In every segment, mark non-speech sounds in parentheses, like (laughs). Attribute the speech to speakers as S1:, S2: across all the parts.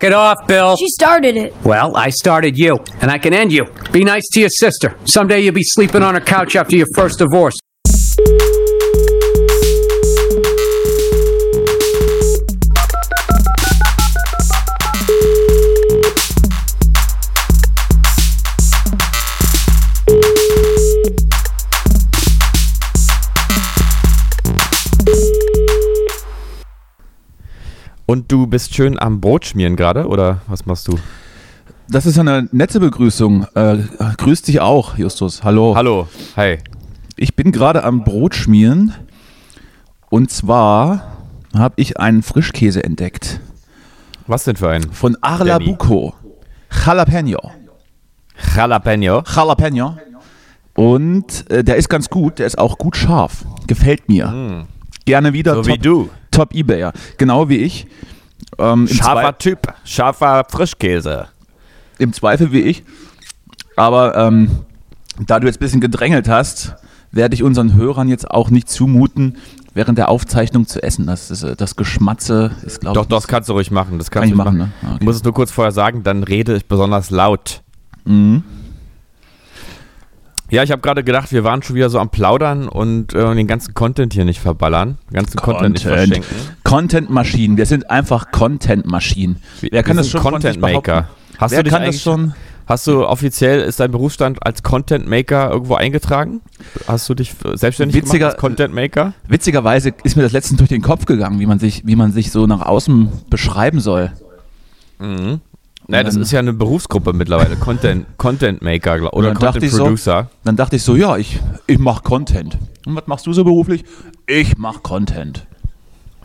S1: Get off, Bill.
S2: She started it.
S1: Well, I started you, and I can end you. Be nice to your sister. Someday you'll be sleeping on her couch after your first divorce.
S3: Und du bist schön am Brot schmieren gerade, oder was machst du?
S4: Das ist ja eine nette Begrüßung. Äh, grüß dich auch, Justus. Hallo.
S3: Hallo, hi.
S4: Ich bin gerade am Brot schmieren. Und zwar habe ich einen Frischkäse entdeckt.
S3: Was denn für ein?
S4: Von Arlabuco. Jalapeno.
S3: Jalapeno.
S4: Jalapeno. Und äh, der ist ganz gut. Der ist auch gut scharf. Gefällt mir. Gerne wieder.
S3: Hm. So wie du.
S4: Top Ebayer. Genau wie ich. Ähm, im Zwei-
S3: Scharfer Typ. Scharfer Frischkäse.
S4: im Zweifel wie ich. Aber ähm, da du jetzt ein bisschen gedrängelt hast, werde ich unseren Hörern jetzt auch nicht zumuten, während der Aufzeichnung zu essen. Das, ist, äh, das Geschmatze ist, glaube
S3: Doch,
S4: ich.
S3: das kannst du ruhig machen. Das kannst
S4: Kann
S3: du
S4: ich
S3: ruhig
S4: machen, ne? Ah, okay.
S3: Du musst es nur kurz vorher sagen, dann rede ich besonders laut.
S4: Mhm.
S3: Ja, ich habe gerade gedacht, wir waren schon wieder so am Plaudern und äh, den ganzen Content hier nicht verballern. Den ganzen Content, nicht verschenken.
S4: Content-Maschinen. Wir sind einfach Content-Maschinen. Wer kann
S3: wir
S4: das
S3: sind
S4: schon von sich
S3: Content-Maker.
S4: behaupten?
S3: Hast
S4: Wer
S3: du dich
S4: kann das
S3: eigentlich-
S4: schon?
S3: Hast du offiziell, ist dein Berufsstand als Content Maker irgendwo eingetragen? Hast du dich äh, selbstständig
S4: Witziger-
S3: gemacht als Content Maker?
S4: Witzigerweise ist mir das letztens durch den Kopf gegangen, wie man sich, wie man sich so nach außen beschreiben soll.
S3: Naja, das
S4: Nein.
S3: ist ja eine Berufsgruppe mittlerweile. Content, Content Maker glaub-
S4: Und
S3: oder
S4: dann dachte
S3: Content
S4: ich so-
S3: Producer.
S4: Dann dachte ich so, ja, ich, ich mache Content. Und was machst du so beruflich? Ich mache Content.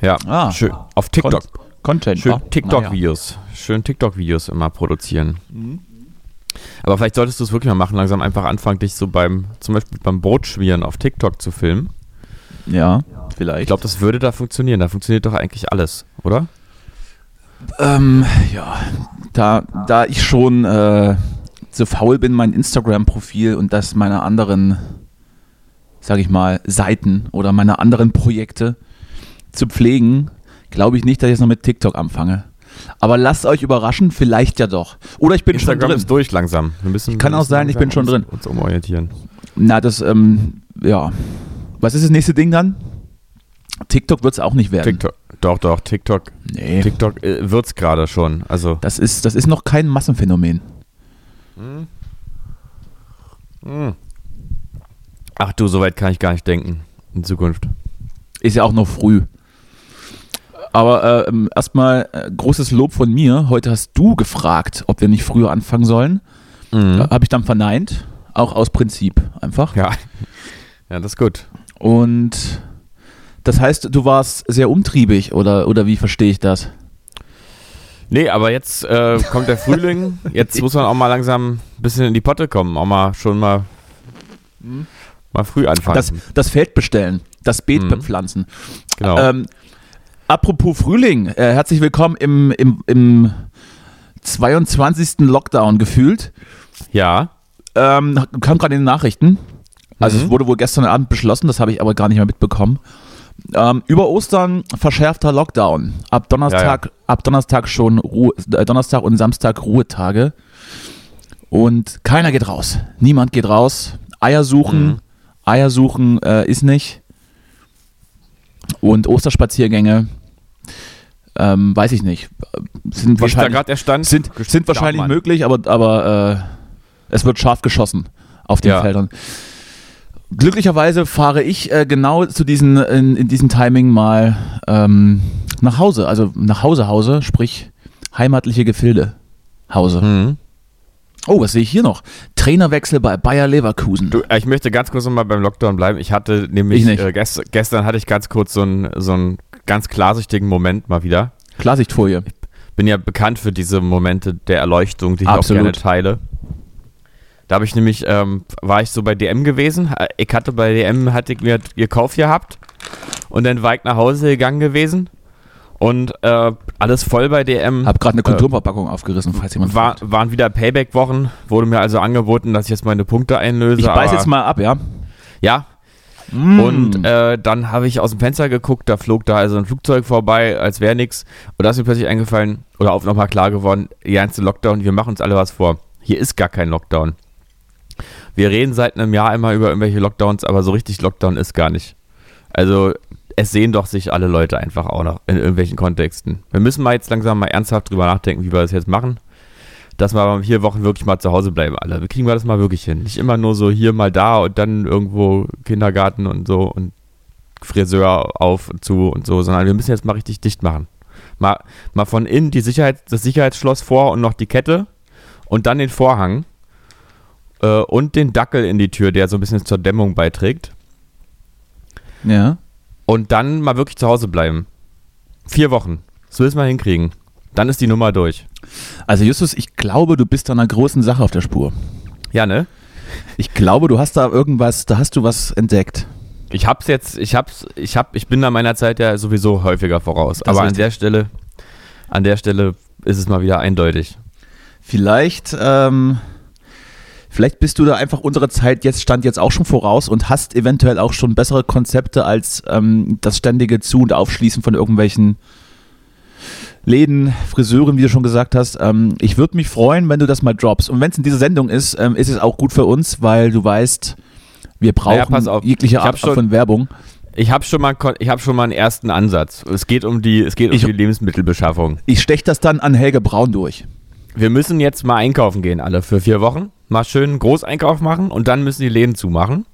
S3: Ja,
S4: Ah.
S3: schön. Auf TikTok.
S4: Con Content.
S3: Schön
S4: Ah, naja. Mhm.
S3: TikTok-Videos. Schön TikTok-Videos immer produzieren. Aber vielleicht solltest du es wirklich mal machen, langsam einfach anfangen, dich so beim, zum Beispiel beim Brotschmieren auf TikTok zu filmen.
S4: Ja, vielleicht.
S3: Ich glaube, das würde da funktionieren. Da funktioniert doch eigentlich alles, oder?
S4: ähm, ja, da, da ich schon äh, so faul bin, mein Instagram-Profil und das meiner anderen, sag ich mal, Seiten oder meiner anderen Projekte zu pflegen, glaube ich nicht, dass ich jetzt noch mit TikTok anfange. Aber lasst euch überraschen, vielleicht ja doch. Oder ich bin
S3: Instagram
S4: schon
S3: ist
S4: drin.
S3: durch langsam. Wir müssen,
S4: Kann
S3: wir
S4: auch
S3: müssen
S4: sein, ich bin
S3: langsam
S4: schon
S3: uns, Uns umorientieren.
S4: Na, das, ähm, ja. Was ist das nächste Ding dann? TikTok wird es auch nicht werden.
S3: TikTok. Doch, doch, TikTok.
S4: Ähm, Nee.
S3: TikTok äh, wird's gerade schon. Also,
S4: Das ist, das ist noch kein Massenphänomen.
S3: ach du, so weit kann ich gar nicht denken in Zukunft. (laughs)
S4: Ist ja auch noch früh. Aber äh, ähm, erstmal äh, großes Lob von mir. Heute hast du gefragt, ob wir nicht früher anfangen sollen. Habe ich dann verneint. Auch aus Prinzip einfach.
S3: Mhm. Ja. Ja, das ist gut.
S4: Und das heißt, du warst sehr umtriebig oder, oder wie verstehe ich das?
S3: Nee, aber jetzt äh, kommt der Frühling. Jetzt muss man auch mal langsam ein bisschen in die Potte kommen. Auch mal schon mal, mal früh anfangen.
S4: Hm. Das, das Feld bestellen, das Beet
S3: Mhm.
S4: bepflanzen.
S3: genau.
S4: Ähm, apropos Frühling, äh, herzlich willkommen im, im, im 22. Lockdown gefühlt.
S3: ja.
S4: Ähm, kam gerade in den Nachrichten. Also
S3: Mhm.
S4: es wurde wohl gestern Abend beschlossen, das habe ich aber gar nicht mehr mitbekommen. Ähm, über Ostern verschärfter Lockdown. Ab Donnerstag, ab Donnerstag schon Ruhe, äh, Donnerstag und Samstag Ruhetage. Und keiner geht raus. Niemand geht raus. Eier suchen,
S3: Mhm.
S4: Eier suchen äh, ist nicht. Und Osterspaziergänge, ähm, weiß ich nicht, sind
S3: Wie ist da
S4: wahrscheinlich
S3: gerade der Stand?
S4: sind, sind wahrscheinlich
S3: Darf man.
S4: möglich, aber, aber äh, es wird scharf geschossen auf den
S3: Ja.
S4: Feldern. Glücklicherweise fahre ich äh, genau zu diesen, in, in diesem Timing mal ähm, nach Hause, also nach Hause, Hause, sprich heimatliche Gefilde. Hause.
S3: Mhm.
S4: Oh, was sehe ich hier noch? Trainerwechsel bei Bayer Leverkusen.
S3: Du, äh, ich möchte ganz kurz nochmal beim Lockdown bleiben. Ich hatte nämlich
S4: Ich nicht.
S3: Äh, gest, gestern hatte ich ganz kurz so einen so einen ganz klarsichtigen Moment mal wieder.
S4: Klarsichtfolie.
S3: bin ja bekannt für diese Momente der Erleuchtung, die ich
S4: Absolut.
S3: auch gerne teile. Da habe ich nämlich, ähm, war ich so bei DM gewesen. Äh, Ich hatte bei DM, hatte ich mir gekauft gehabt und dann war ich nach Hause gegangen gewesen und äh, alles voll bei DM.
S4: Hab gerade eine Konturverpackung aufgerissen, falls jemand
S3: Äh, War,
S4: fragt.
S3: waren wieder Payback-Wochen, wurde mir also angeboten, dass ich jetzt meine Punkte einlöse.
S4: Ich beiß
S3: aber-
S4: jetzt mal ab, ja?
S3: Ja, Und äh, dann habe ich aus dem Fenster geguckt, da flog da also ein Flugzeug vorbei, als wäre nichts. Und da ist mir plötzlich eingefallen, oder auf nochmal klar geworden, die ganze Lockdown, wir machen uns alle was vor. Hier ist gar kein Lockdown. Wir reden seit einem Jahr immer über irgendwelche Lockdowns, aber so richtig Lockdown ist gar nicht. Also es sehen doch sich alle Leute einfach auch noch in irgendwelchen Kontexten. Wir müssen mal jetzt langsam mal ernsthaft drüber nachdenken, wie wir das jetzt machen. Dass wir aber vier Wochen wirklich mal zu Hause bleiben, alle. Wir kriegen wir das mal wirklich hin. Nicht immer nur so hier mal da und dann irgendwo Kindergarten und so und Friseur auf und zu und so, sondern wir müssen jetzt mal richtig dicht machen. Mal, mal von innen die Sicherheit, das Sicherheitsschloss vor und noch die Kette und dann den Vorhang äh, und den Dackel in die Tür, der so ein bisschen zur Dämmung beiträgt
S4: Ja.
S3: und dann mal wirklich zu Hause bleiben. Vier Wochen. Das willst du mal hinkriegen. Dann ist die Nummer durch.
S4: Also Justus, ich glaube, du bist da einer großen Sache auf der Spur.
S3: Ja, ne?
S4: Ich glaube, du hast da irgendwas, da hast du was entdeckt.
S3: Ich hab's jetzt, ich hab's, ich hab, ich bin da meiner Zeit ja sowieso häufiger voraus.
S4: ist
S3: Aber an
S4: richtig.
S3: der Stelle, an der Stelle ist es mal wieder eindeutig.
S4: Vielleicht, ähm, vielleicht bist du da einfach unserer Zeit jetzt stand jetzt auch schon voraus und hast eventuell auch schon bessere Konzepte als ähm, das ständige Zu- und Aufschließen von irgendwelchen Läden, Friseuren, wie du schon gesagt hast. Ähm, ich würde mich freuen, wenn du das mal droppst. Und wenn es in dieser Sendung ist, ähm, ist es auch gut für uns, weil du weißt, wir brauchen
S3: Naja, pass auf.
S4: jegliche
S3: Ich hab
S4: Art
S3: schon-
S4: von Werbung.
S3: Ich hab schon mal, kon- ich hab schon mal einen ersten Ansatz. Es geht um die, es geht um
S4: Ich-
S3: die Lebensmittelbeschaffung.
S4: Ich steche das dann an Helge Braun durch.
S3: Wir müssen jetzt mal einkaufen gehen, alle für vier Wochen. Mal schön einen Großeinkauf machen und dann müssen die Läden zumachen.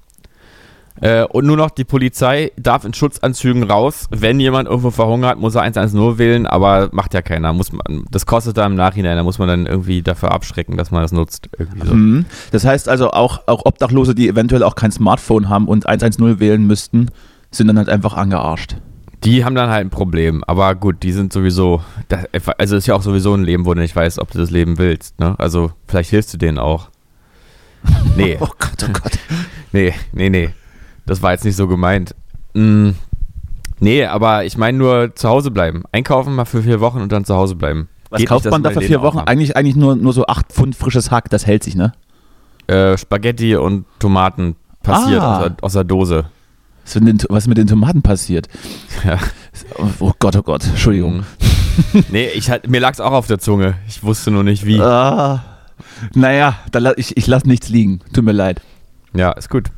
S3: Äh, und nur noch die Polizei darf in Schutzanzügen raus. Wenn jemand irgendwo verhungert, muss er 110 wählen, aber macht ja keiner. Muss man, das kostet da im Nachhinein, da muss man dann irgendwie dafür abschrecken, dass man das nutzt. Irgendwie so.
S4: Mhm. Das heißt also auch, auch Obdachlose, die eventuell auch kein Smartphone haben und 110 wählen müssten, sind dann halt einfach angearscht.
S3: Die haben dann halt ein Problem, aber gut, die sind sowieso, das, also ist ja auch sowieso ein Leben, wo du nicht weißt, ob du das Leben willst. Ne? Also vielleicht hilfst du denen auch.
S4: (laughs)
S3: Nee.
S4: Gott, oh Gott.
S3: (laughs) Nee, nee, nee. Das war jetzt nicht so gemeint. Mm, nee, aber ich meine nur zu Hause bleiben. Einkaufen mal für vier Wochen und dann zu Hause bleiben.
S4: Was
S3: Geht
S4: kauft
S3: nicht,
S4: man
S3: dass
S4: da für
S3: meine
S4: vier
S3: Läden
S4: Wochen?
S3: aufhaben.
S4: Eigentlich, eigentlich nur, nur so 8 Pfund frisches Hack, das hält sich, ne?
S3: Äh, Spaghetti und Tomaten passiert
S4: Ah.
S3: aus, der, aus der Dose. (laughs)
S4: Was mit den, was mit den Tomaten passiert?
S3: Ja.
S4: Oh Gott, oh Gott, Entschuldigung.
S3: Nee, ich, halt- mir lag's auch auf der Zunge. Ich wusste nur nicht wie.
S4: Ah, naja, dann la ich, ich lasse nichts liegen. Tut mir leid.
S3: Ja, ist gut.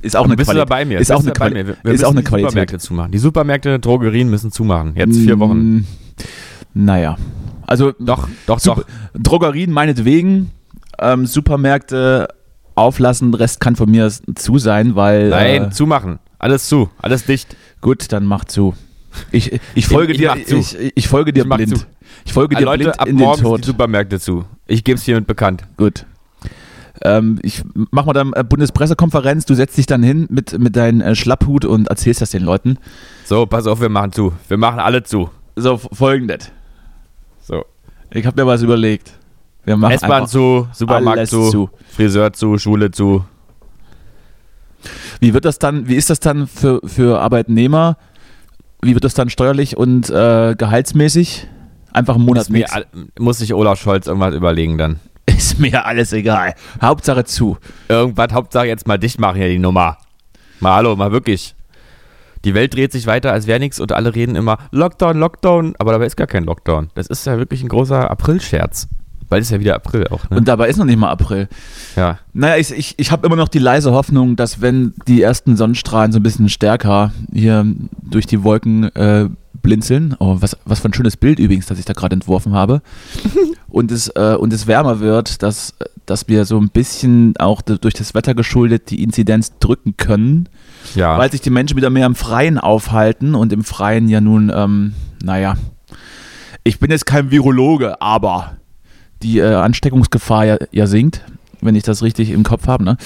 S4: Ist auch eine
S3: Bist du da
S4: Qualität.
S3: bei mir?
S4: Ist
S3: Bist
S4: auch
S3: du
S4: eine,
S3: da bei mir?
S4: Quali
S3: Wir,
S4: ist
S3: müssen
S4: auch eine
S3: die
S4: Qualität.
S3: Supermärkte zumachen. Die Supermärkte, Drogerien müssen zumachen. Jetzt vier Wochen.
S4: Mm, Naja. Also
S3: Doch, doch,
S4: Sup-
S3: doch.
S4: Drogerien meinetwegen, ähm, Supermärkte auflassen, Rest kann von mir zu sein, weil.
S3: Nein,
S4: Äh,
S3: zumachen. Alles zu. Alles dicht.
S4: gut, dann mach zu. Ich, ich folge
S3: ich
S4: dir,
S3: mach zu.
S4: ich, ich folge dir
S3: Ich mach
S4: blind.
S3: zu. Ah,
S4: Ich folge dir
S3: Leute,
S4: blind
S3: ab
S4: in den
S3: morgen sind die
S4: Tod.
S3: Supermärkte zu. Ich gebe es hiermit bekannt.
S4: Gut. Ähm, ich mach mal dann äh, Bundespressekonferenz, du setzt dich dann hin mit, mit deinem äh, Schlapphut und erzählst das den Leuten.
S3: So, pass auf, wir machen zu. Wir machen alle zu.
S4: So, f- folgendes.
S3: So.
S4: Ich habe mir was überlegt. Wir machen
S3: S-Bahn
S4: einfach
S3: zu, Supermarkt
S4: alles
S3: zu,
S4: zu.
S3: Friseur zu, Schule zu.
S4: Wie wird das dann, wie ist das dann für, für Arbeitnehmer? Wie wird das dann steuerlich und äh, gehaltsmäßig? Einfach einen Monat
S3: Ist mir
S4: nix.
S3: all, muss sich Olaf Scholz irgendwas überlegen dann.
S4: (laughs) ist mir alles egal. Hauptsache zu.
S3: Irgendwas, Hauptsache jetzt mal dicht machen hier die Nummer. Mal hallo, mal wirklich. Die Welt dreht sich weiter, als wäre nichts und alle reden immer Lockdown, Lockdown. Aber dabei ist gar kein Lockdown. Das ist ja wirklich ein großer April-Scherz. Weil es ist ja wieder April auch. Ne?
S4: Und dabei ist noch nicht mal April.
S3: Ja.
S4: Naja, ich, ich, ich habe immer noch die leise Hoffnung, dass wenn die ersten Sonnenstrahlen so ein bisschen stärker hier durch die Wolken äh, blinzeln, oh, was, was für ein schönes Bild übrigens, das ich da gerade entworfen (laughs) habe, und es, äh, und es wärmer wird, dass, dass wir so ein bisschen auch d- durch das Wetter geschuldet die Inzidenz drücken können.
S3: ja.
S4: weil sich die Menschen wieder mehr im Freien aufhalten und im Freien ja nun, ähm, naja, ich bin jetzt kein Virologe, aber die äh, Ansteckungsgefahr ja, ja sinkt, wenn ich das richtig im Kopf habe, ne?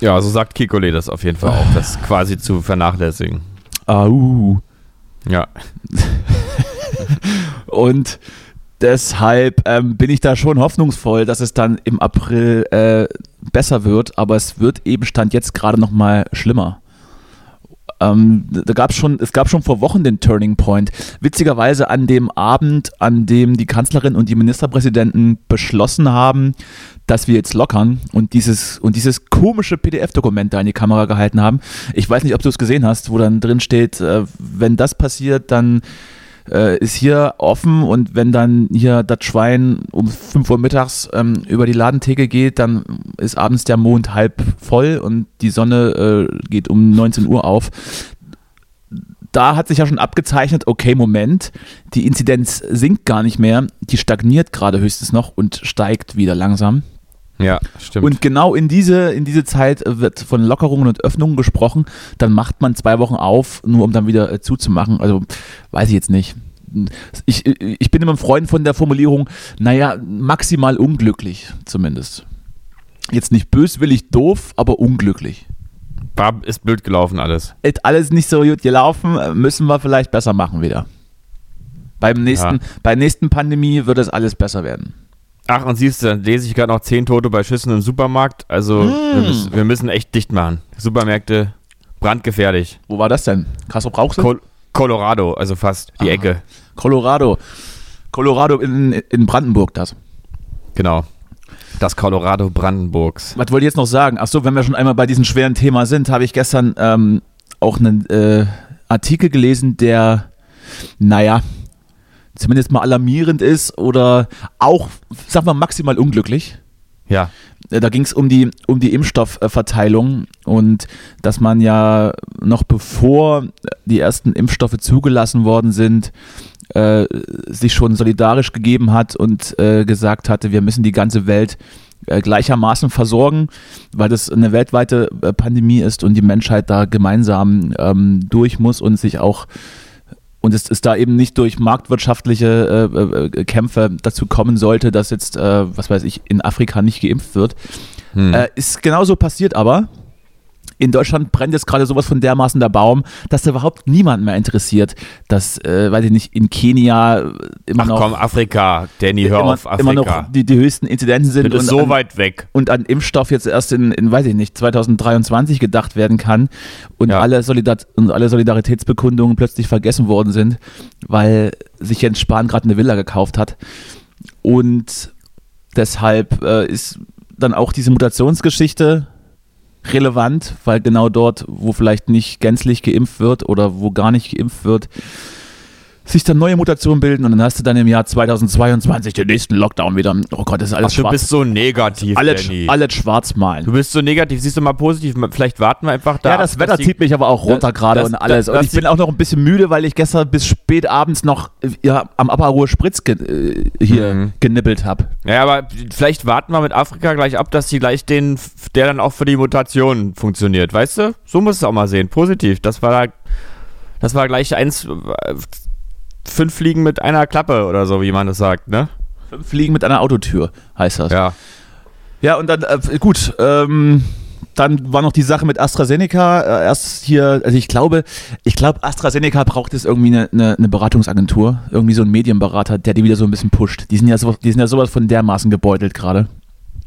S3: ja, so sagt Kikole das auf jeden Fall auch. Das
S4: Ah.
S3: ist quasi zu vernachlässigen.
S4: Au.
S3: Ja.
S4: Und deshalb ähm, bin ich da schon hoffnungsvoll, dass es dann im April äh, besser wird, aber es wird eben Stand jetzt gerade nochmal schlimmer. Ähm, da gab schon, es gab schon vor Wochen den Turning Point. Witzigerweise an dem Abend, an dem die Kanzlerin und die Ministerpräsidenten beschlossen haben, dass wir jetzt lockern und dieses, und dieses komische PDF-Dokument da in die Kamera gehalten haben. Ich weiß nicht, ob du es gesehen hast, wo dann drin steht, äh, wenn das passiert, dann äh, ist hier offen und wenn dann hier das Schwein um 5 Uhr mittags ähm, über die Ladentheke geht, dann ist abends der Mond halb voll und die Sonne äh, geht um 19 Uhr auf. Da hat sich ja schon abgezeichnet, okay, Moment, die Inzidenz sinkt gar nicht mehr, die stagniert gerade höchstens noch und steigt wieder langsam.
S3: Ja, stimmt.
S4: Und genau in diese, in diese Zeit wird von Lockerungen und Öffnungen gesprochen. Dann macht man zwei Wochen auf, nur um dann wieder äh, zuzumachen. Also weiß ich jetzt nicht. Ich, ich bin immer ein Freund von der Formulierung, naja, maximal unglücklich zumindest. Jetzt nicht böswillig doof, aber unglücklich.
S3: Bab ist blöd gelaufen alles.
S4: Ist alles nicht so gut gelaufen, müssen wir vielleicht besser machen wieder. Beim nächsten,
S3: Ja.
S4: Bei nächsten Pandemie wird das alles besser werden.
S3: Ach, und siehst du, dann lese ich gerade noch 10 Tote bei Schüssen im Supermarkt. Also,
S4: Hm.
S3: wir, müssen, wir müssen echt dicht machen. Supermärkte brandgefährlich.
S4: Wo war das denn? Kassel Brauchsel?
S3: Col Colorado, also fast
S4: Ah.
S3: die Ecke.
S4: Colorado. Colorado in, in Brandenburg, das.
S3: Genau. Das Colorado Brandenburgs.
S4: Was wollte ich jetzt noch sagen? Achso, wenn wir schon einmal bei diesem schweren Thema sind, habe ich gestern ähm, auch einen äh, Artikel gelesen, der, naja, zumindest mal alarmierend ist oder auch, sagen wir, maximal unglücklich.
S3: Ja.
S4: Äh, Da ging es um die, um die Impfstoffverteilung und dass man ja noch bevor äh, die ersten Impfstoffe zugelassen worden sind, äh, sich schon solidarisch gegeben hat und äh, gesagt hatte, wir müssen die ganze Welt äh, gleichermaßen versorgen, weil das eine weltweite äh, Pandemie ist und die Menschheit da gemeinsam ähm, durch muss und sich auch und es ist da eben nicht durch marktwirtschaftliche äh, äh, äh, Kämpfe dazu kommen sollte, dass jetzt, äh, was weiß ich, in Afrika nicht geimpft wird.
S3: Hm.
S4: Äh, ist genauso passiert aber. In Deutschland brennt jetzt gerade sowas von dermaßen der Baum, dass da überhaupt niemand mehr interessiert, dass, äh, weiß ich nicht, in Kenia äh, immer
S3: Ach
S4: noch,
S3: komm, Afrika. Danny, hör
S4: immer,
S3: auf, Afrika.
S4: immer noch die, die höchsten Inzidenzen sind.
S3: das ist
S4: und
S3: so
S4: an-
S3: weit weg.
S4: und an Impfstoff jetzt erst in, in weiß ich nicht, 2023 gedacht werden kann und,
S3: Ja.
S4: alle Solidar und alle Solidaritätsbekundungen plötzlich vergessen worden sind, weil sich Jens Spahn gerade eine Villa gekauft hat. Und deshalb äh, ist dann auch diese Mutationsgeschichte relevant, weil genau dort, wo vielleicht nicht gänzlich geimpft wird oder wo gar nicht geimpft wird, sich dann neue Mutationen bilden und dann hast du dann im Jahr 2022 den nächsten Lockdown wieder. Oh Gott, das ist alles
S3: Ach, du
S4: schwarz.
S3: bist so negativ,
S4: Alles,
S3: Danny.
S4: alles schwarz malen.
S3: Du bist so negativ. Siehst du mal positiv. Vielleicht warten wir einfach da.
S4: Ja, das
S3: ab,
S4: Wetter
S3: dass die-
S4: zieht mich aber auch runter
S3: das-
S4: gerade
S3: das-
S4: und alles.
S3: das-
S4: Und
S3: das
S4: ich bin
S3: zieht-
S4: auch noch ein bisschen müde, weil ich gestern bis spät abends noch äh, ja, am Aperol Spritz ge äh, hier
S3: Mhm.
S4: genippelt habe.
S3: Ja, aber vielleicht warten wir mit Afrika gleich ab, dass sie gleich den, der dann auch für die Mutationen funktioniert, weißt du? So muss es auch mal sehen. Positiv. Das war da, das war gleich eins, äh, fünf Fliegen mit einer Klappe oder so, wie man das sagt, ne?
S4: Fliegen mit einer Autotür, heißt das.
S3: Ja.
S4: Ja, und dann, äh, gut, ähm, dann war noch die Sache mit AstraZeneca. Äh, erst hier, also ich glaube, ich glaube, AstraZeneca braucht jetzt irgendwie eine, eine, eine Beratungsagentur, irgendwie so einen Medienberater, der die wieder so ein bisschen pusht. Die sind ja, so, die sind ja sowas von dermaßen gebeutelt gerade.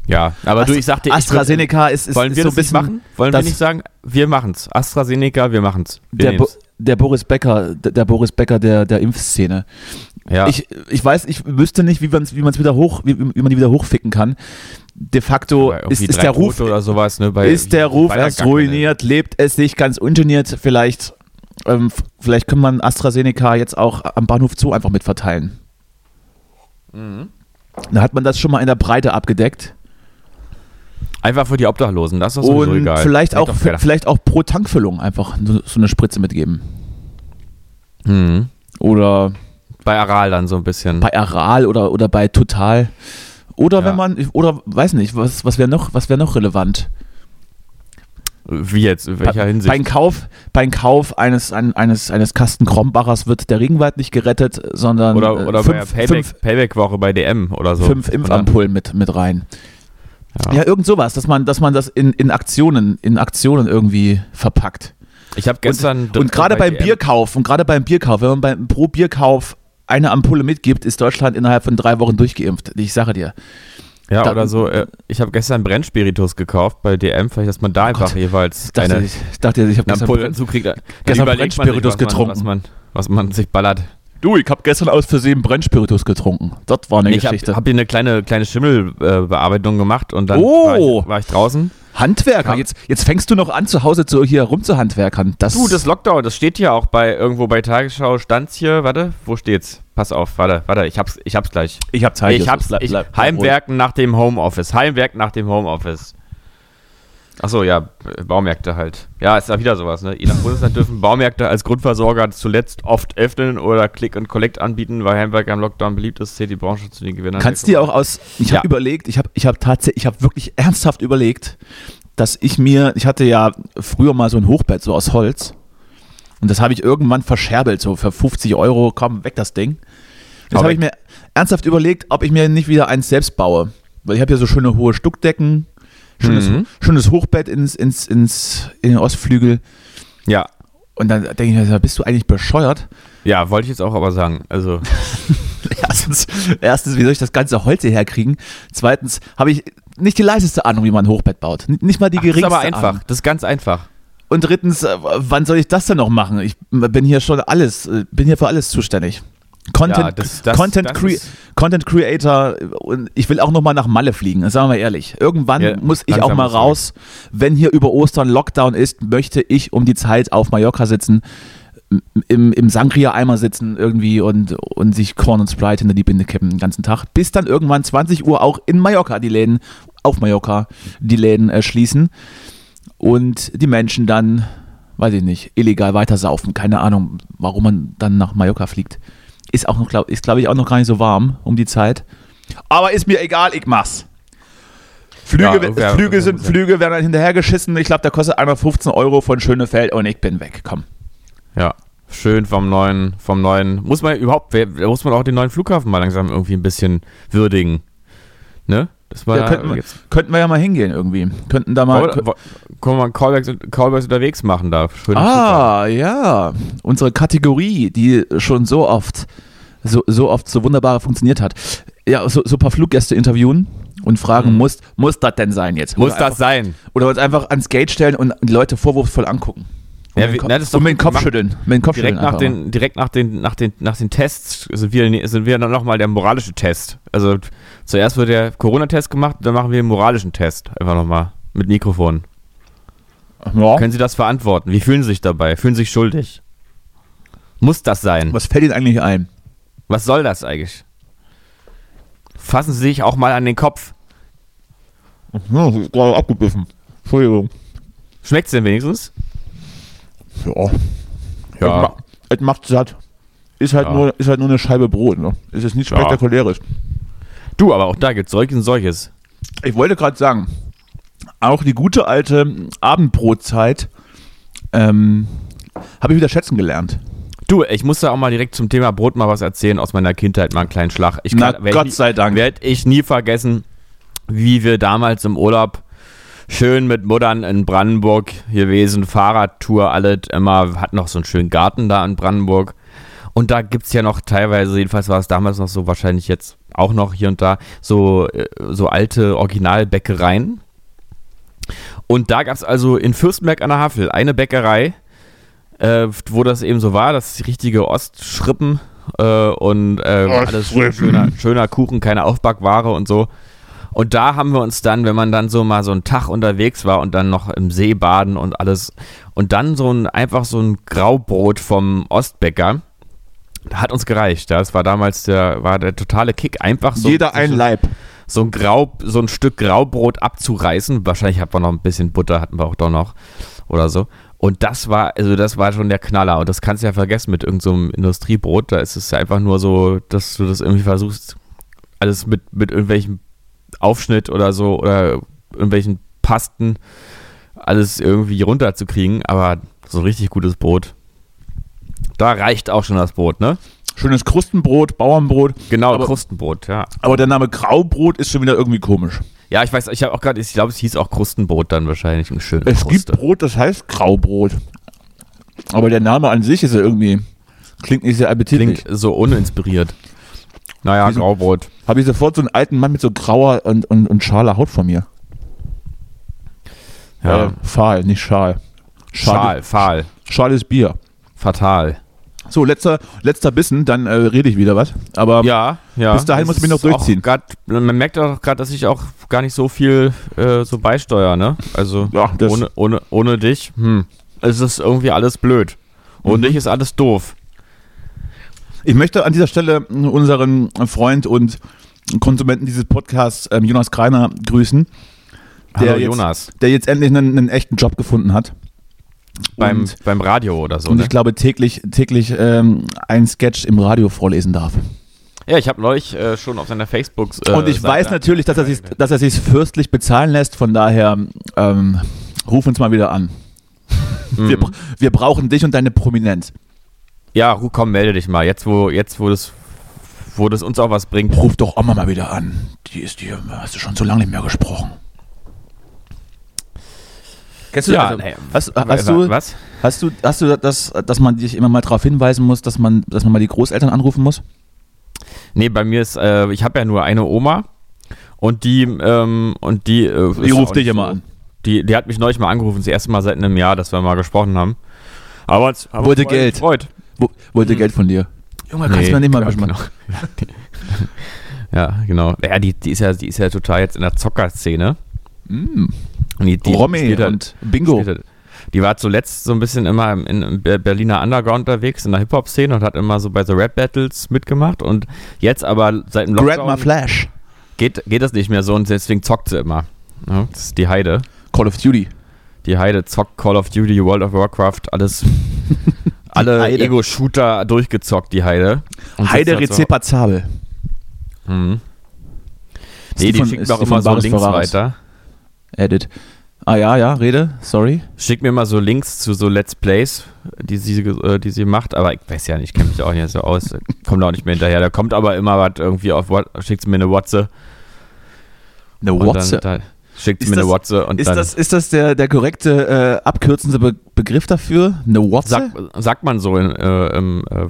S3: Ja. Aber du, ich sagte,
S4: AstraZeneca ist, ist,
S3: ich, wollen
S4: ist
S3: wir
S4: so
S3: das
S4: ein bisschen.
S3: nicht machen? Wollen wir
S4: das-
S3: nicht sagen, wir machen's. AstraZeneca, wir machen's. Wir
S4: der, Bo
S3: nehmen's.
S4: der Boris Becker, der, der Boris Becker der, der Impfszene.
S3: ja.
S4: Ich, ich weiß, ich wüsste nicht, wie man es wie man's wieder hoch, wie, wie man die wieder hochficken kann. De facto
S3: Bei irgendwie
S4: ist, ist
S3: drei
S4: der Ruf,
S3: Tote oder sowas, ne? Bei,
S4: ist der Ruf
S3: bei
S4: erst
S3: Kacke, ne?
S4: ruiniert, lebt es sich ganz ungeniert. Vielleicht, ähm, f- vielleicht kann man AstraZeneca jetzt auch am Bahnhof Zoo einfach mit verteilen.
S3: Mhm.
S4: Da hat man das schon mal in der Breite abgedeckt.
S3: Einfach für die Obdachlosen, das ist doch sowieso
S4: Und
S3: egal.
S4: vielleicht
S3: Macht
S4: auch,
S3: doch keiner.
S4: vielleicht auch pro Tankfüllung einfach so, so eine Spritze mitgeben.
S3: Mhm.
S4: Oder
S3: Bei Aral dann so ein bisschen.
S4: bei Aral oder, oder bei Total. Oder
S3: Ja.
S4: wenn man, oder weiß nicht, was, was wäre noch, was wäre noch relevant?
S3: Wie jetzt? In welcher
S4: Bei-
S3: Hinsicht?
S4: Beim Kauf, beim Kauf eines, ein, eines, eines Kasten Krombachers wird der Regenwald nicht gerettet, sondern
S3: oder
S4: äh,
S3: oder
S4: fünf,
S3: bei der
S4: fünf,
S3: Payback- Payback-Woche bei DM oder so.
S4: fünf
S3: Oder?
S4: Impfampullen mit, mit rein.
S3: Ja.
S4: Ja. irgend sowas, dass man, dass man das in, in Aktionen, in Aktionen irgendwie verpackt.
S3: Ich habe gestern.
S4: Und gerade beim
S3: DM
S4: Bierkauf, und gerade beim Bierkauf, wenn man beim, pro Bierkauf eine Ampulle mitgibt, ist Deutschland innerhalb von drei Wochen durchgeimpft. Ich sage dir.
S3: Ja,
S4: Da-
S3: oder so, äh, ich habe gestern Brennspiritus gekauft bei DM, vielleicht, dass man da einfach
S4: Oh Gott.
S3: jeweils
S4: Ich dachte,
S3: eine,
S4: ich, ich dachte, ich habe
S3: einen
S4: gestern,
S3: Impuls dazu kriegt. Dann
S4: gestern
S3: überlegt man sich,
S4: Brennspiritus
S3: was man-
S4: getrunken.
S3: Was man, was man sich ballert.
S4: du, ich habe gestern aus Versehen Brennspiritus getrunken. Das war eine
S3: Ich habe
S4: Geschichte.
S3: hab hier eine kleine, kleine Schimmelbearbeitung äh, Bearbeitung gemacht und dann
S4: Oh.
S3: war, ich, war ich draußen.
S4: Handwerker,
S3: Ja.
S4: jetzt, jetzt fängst du noch an, zu Hause zu, hier rumzuhandwerkern. Das,
S3: Du, das Lockdown, das steht hier auch bei irgendwo bei Tagesschau, stand's hier, warte, wo steht's? Pass auf, warte, warte, ich hab's, ich hab's gleich.
S4: ich habe Zeit.
S3: ich
S4: Justus.
S3: hab's,
S4: Halt Bleib-
S3: ich,
S4: bleib- bleib
S3: Heimwerken nach dem Homeoffice, Heimwerken nach dem Homeoffice. Achso, ja, Baumärkte halt. Ja, ist da wieder sowas, ne? Je nach Bundesland dürfen Baumärkte als Grundversorger zuletzt oft öffnen oder Click and Collect anbieten, weil Heimwerker im Lockdown beliebt ist, zählt die Branche zu den Gewinnern.
S4: ruhig. Kannst du dir auch aus, ich habe
S3: Ja.
S4: überlegt, ich habe ich hab tatsächlich, ich habe wirklich ernsthaft überlegt, dass ich mir, ich hatte ja früher mal so ein Hochbett, so aus Holz. Und das habe ich irgendwann verscherbelt, so für 50 Euro, komm, weg das Ding. Jetzt
S3: Hau
S4: habe
S3: weg.
S4: ich mir ernsthaft überlegt, ob ich mir nicht wieder eins selbst baue. Weil ich habe ja so schöne hohe Stuckdecken, schönes,
S3: Mhm.
S4: schönes Hochbett ins, ins, ins, in den Ostflügel.
S3: Ja,
S4: Und dann denke ich mir, so, bist du eigentlich bescheuert?
S3: ja, wollte ich jetzt auch aber sagen. Also, (laughs)
S4: (laughs) Erstens, erstens, wie soll ich das ganze Holz hierher kriegen? Zweitens habe ich nicht die leiseste Ahnung, wie man ein Hochbett baut. N- Nicht mal die
S3: das ist
S4: geringste
S3: aber einfach,
S4: Ahnung.
S3: das ist ganz einfach.
S4: Und drittens, äh, wann soll ich das denn noch machen? Ich bin hier schon alles, äh, bin hier für alles zuständig. Content,
S3: Ja, das- das-
S4: Content,
S3: das
S4: Crea-
S3: ist-
S4: Content Creator äh, und ich will auch noch mal nach Malle fliegen, sagen wir ehrlich. Irgendwann
S3: Ja,
S4: muss ich
S3: langsam
S4: auch mal
S3: muss man.
S4: raus, wenn hier über Ostern Lockdown ist, möchte ich um die Zeit auf Mallorca sitzen, m- im, im Sangria-Eimer sitzen irgendwie und, und sich Corn und Sprite hinter die Binde kippen den ganzen Tag, bis dann irgendwann 20 Uhr auch in Mallorca die Läden, auf Mallorca die Läden äh, schließen und die Menschen dann, weiß ich nicht, illegal weitersaufen. Keine Ahnung, warum man dann nach Mallorca fliegt. Ist auch noch, glaub, ist glaube ich auch noch gar nicht so warm um die Zeit. Aber ist mir egal, ich mach's. Flüge,
S3: Ja, irgendwer-
S4: Flüge, sind,
S3: irgendwer-
S4: Flüge werden dann hinterhergeschissen. Ich glaube, da kostet einer 15 Euro von Schönefeld und ich bin weg. Komm.
S3: Ja, schön vom neuen, vom neuen. Muss man überhaupt, wer- da muss man auch den neuen Flughafen mal langsam irgendwie ein bisschen würdigen. Ne? Das war
S4: Ja, könnten wir-
S3: jetzt.
S4: Könnten wir ja mal hingehen irgendwie. Könnten da mal.
S3: Wollen wir- Können wir mal Callbacks, Callbacks unterwegs machen da? Schön
S4: ah, ja. Unsere Kategorie, die schon so oft, so, so oft so wunderbar funktioniert hat. Ja, so, so ein paar Fluggäste interviewen und fragen, muss, muss das denn sein jetzt?
S3: Mhm. Muss
S4: oder
S3: das
S4: einfach,
S3: sein?
S4: Oder uns einfach ans Gate stellen und die Leute vorwurfsvoll angucken. Und
S3: Ja,
S4: mit
S3: wir-
S4: dem Ko-
S3: na, das ist
S4: und
S3: doch
S4: mit dem
S3: gut
S4: Kopf
S3: gemacht.
S4: schütteln. Mit dem Kopf
S3: Direkt
S4: schütteln
S3: nach
S4: einfach mal.
S3: den, direkt nach den, nach den, nach den Tests sind wir, sind wir dann nochmal der moralische Test. Also zuerst wird der Corona-Test gemacht, dann machen wir den moralischen Test. Einfach nochmal. Mit Mikrofon.
S4: ja.
S3: Können Sie das verantworten? Wie fühlen Sie sich dabei? Fühlen Sie sich schuldig? Muss das sein?
S4: Was fällt Ihnen eigentlich ein?
S3: Was soll das eigentlich? Fassen Sie sich auch mal an den Kopf.
S4: Ja, gerade abgebiffen. Entschuldigung.
S3: Schmeckt's denn wenigstens?
S4: Ja. Es macht satt. Ist halt,
S3: Ja.
S4: nur, ist halt nur eine Scheibe Brot. Ne? Es ist nichts
S3: Ja.
S4: Spektakuläres.
S3: Du, aber auch da gibt's solches und solches.
S4: Ich wollte gerade sagen, auch die gute alte Abendbrotzeit ähm, habe ich wieder schätzen gelernt.
S3: Du, ich muss da auch mal direkt zum Thema Brot mal was erzählen aus meiner Kindheit, mal einen kleinen Schlag. Ich
S4: Na,
S3: werd
S4: Gott
S3: ich,
S4: sei Dank.
S3: Werde ich nie vergessen, wie wir damals im Urlaub schön mit Muttern in Brandenburg gewesen, Fahrradtour, alle immer, hat noch so einen schönen Garten da in Brandenburg. Und da gibt es ja noch teilweise, jedenfalls war es damals noch so, wahrscheinlich jetzt auch noch hier und da, so, äh, so alte Originalbäckereien. Und da gab es also in Fürstenberg an der Havel eine Bäckerei, äh, wo das eben so war, das richtige Ostschrippen äh, und äh, alles schöner, schöner Kuchen, keine Aufbackware und so. Und da haben wir uns dann, wenn man dann so mal so einen Tag unterwegs war und dann noch im See baden und alles und dann so ein einfach so ein Graubrot vom Ostbäcker hat uns gereicht. Das war damals der war der totale Kick einfach so
S4: Jeder ein
S3: so,
S4: Leib.
S3: so ein Grau, so ein Stück Graubrot abzureißen. Wahrscheinlich hat man noch ein bisschen Butter, hatten wir auch doch noch oder so. Und das war, also das war schon der Knaller. Und das kannst du ja vergessen mit irgendeinem Industriebrot. Da ist es ja einfach nur so, dass du das irgendwie versuchst, alles mit, mit irgendwelchem Aufschnitt oder so oder irgendwelchen Pasten alles irgendwie runterzukriegen. Aber so ein richtig gutes Brot. Da reicht auch schon das Brot, ne?
S4: Schönes Krustenbrot, Bauernbrot.
S3: Genau,
S4: Aber-
S3: Krustenbrot, ja.
S4: Aber der Name Graubrot ist schon wieder irgendwie komisch.
S3: Ja, ich weiß, ich habe auch gerade, ich glaube, es hieß auch Krustenbrot dann wahrscheinlich. Ein schönes
S4: Es gibt Brot, das heißt Graubrot. Aber der Name an sich ist ja irgendwie, klingt nicht sehr appetitlich.
S3: Klingt so uninspiriert. Naja,
S4: Wieso-
S3: Graubrot.
S4: Habe ich sofort so einen alten Mann mit so grauer und, und, und schaler Haut vor mir.
S3: Ja.
S4: Äh, fahl, nicht schal.
S3: Schal, fahl,
S4: Schal ist Bier.
S3: fatal.
S4: So, letzter, letzter Bissen, dann äh, rede ich wieder was. Aber
S3: Ja, ja.
S4: Bis dahin
S3: Das
S4: muss ich mich noch
S3: ist auch
S4: durchziehen.
S3: grad, man merkt auch gerade, dass ich auch gar nicht so viel äh, so beisteuere, ne? Also
S4: Ja, das-
S3: ohne, ohne, ohne dich, hm, es ist irgendwie alles blöd.
S4: Mhm.
S3: Ohne dich ist alles doof.
S4: ich möchte an dieser Stelle äh, unseren Freund und Konsumenten dieses Podcasts, ähm, Jonas Kreiner, grüßen, Der
S3: Hallo
S4: jetzt-
S3: Jonas,
S4: der jetzt endlich einen, einen echten Job gefunden hat.
S3: beim,
S4: und,
S3: beim Radio oder so.
S4: und
S3: ne?
S4: ich glaube, täglich, täglich ähm, einen Sketch im Radio vorlesen darf.
S3: ja, ich habe neulich äh, schon auf seiner Facebook. Äh,
S4: und ich
S3: Seite-
S4: weiß natürlich, dass er, sich, dass er sich fürstlich bezahlen lässt, von daher ähm, ruf uns mal wieder an.
S3: Hm.
S4: Wir, bra- wir brauchen dich und deine Prominenz.
S3: Ja, Ru, komm, melde dich mal. Jetzt, wo, jetzt, wo das, wo das uns auch was bringt.
S4: Ruf doch Oma mal wieder an. Die ist hier, hast du schon so lange nicht mehr gesprochen. Kennst
S3: Ja,
S4: also,
S3: nee.
S4: hast, hast, du,
S3: was?
S4: hast du, hast du das, dass man dich immer mal darauf hinweisen muss, dass man, dass man mal die Großeltern anrufen muss?
S3: Nee, bei mir ist, äh, ich habe ja nur eine Oma und die, ähm, und die, äh, ist auch nicht so- Die, die hat mich neulich mal angerufen, das erste Mal seit einem Jahr, dass wir mal gesprochen haben. Aber es haben
S4: Wollte
S3: uns voll
S4: Geld.
S3: Gefreut.
S4: Wo, wollte
S3: Hm.
S4: Geld von dir. Junge, kannst du mir nicht mal
S3: ja,
S4: bestimmen.
S3: genau. Ja, die- ja, genau. Ja, die, die, ist ja, die ist ja total jetzt in der Zockerszene. Und die, die
S4: Mm. Romy
S3: spielt halt-
S4: und Bingo.
S3: Später. Die war zuletzt so ein bisschen immer im, in, im Ber- Berliner Underground unterwegs, in der Hip-Hop-Szene und hat immer so bei The Rap Battles mitgemacht. Und jetzt aber seit dem
S4: Grab my
S3: Lockdown
S4: Flash.
S3: geht, geht das nicht mehr so und deswegen zockt sie immer. Ja, das ist die Heide.
S4: Call of Duty.
S3: Die Heide zockt Call of Duty, World of Warcraft,
S4: (laughs)
S3: alles. alle
S4: Heide.
S3: Ego-Shooter durchgezockt, die Heide. Und
S4: Heide
S3: sitzt halt so-
S4: Rezepa Zabel.
S3: Mhm. Nee,
S4: Ist die
S3: die,
S4: von-
S3: schickt
S4: ist
S3: mir auch
S4: die
S3: immer
S4: von
S3: so
S4: Baris
S3: Links
S4: Ferraris?
S3: weiter.
S4: Edit. Ah ja, ja, rede, sorry.
S3: Schickt mir immer so Links zu so Let's Plays, die sie, ge- äh, die sie macht, aber ich weiß ja nicht, ich kenne mich auch nicht so aus, äh, kommt auch nicht mehr hinterher. Da kommt aber immer was irgendwie auf, What- schickt sie mir eine WhatsApp.
S4: Eine
S3: und dann-
S4: WhatsApp.
S3: dann Schickt sie
S4: Ist
S3: mir eine
S4: das-
S3: WhatsApp und
S4: Ist
S3: dann
S4: das, ist das der, der korrekte, äh, abkürzende Be Begriff dafür? Eine WhatsApp?
S3: sagt, sagt man so in, äh, im, äh,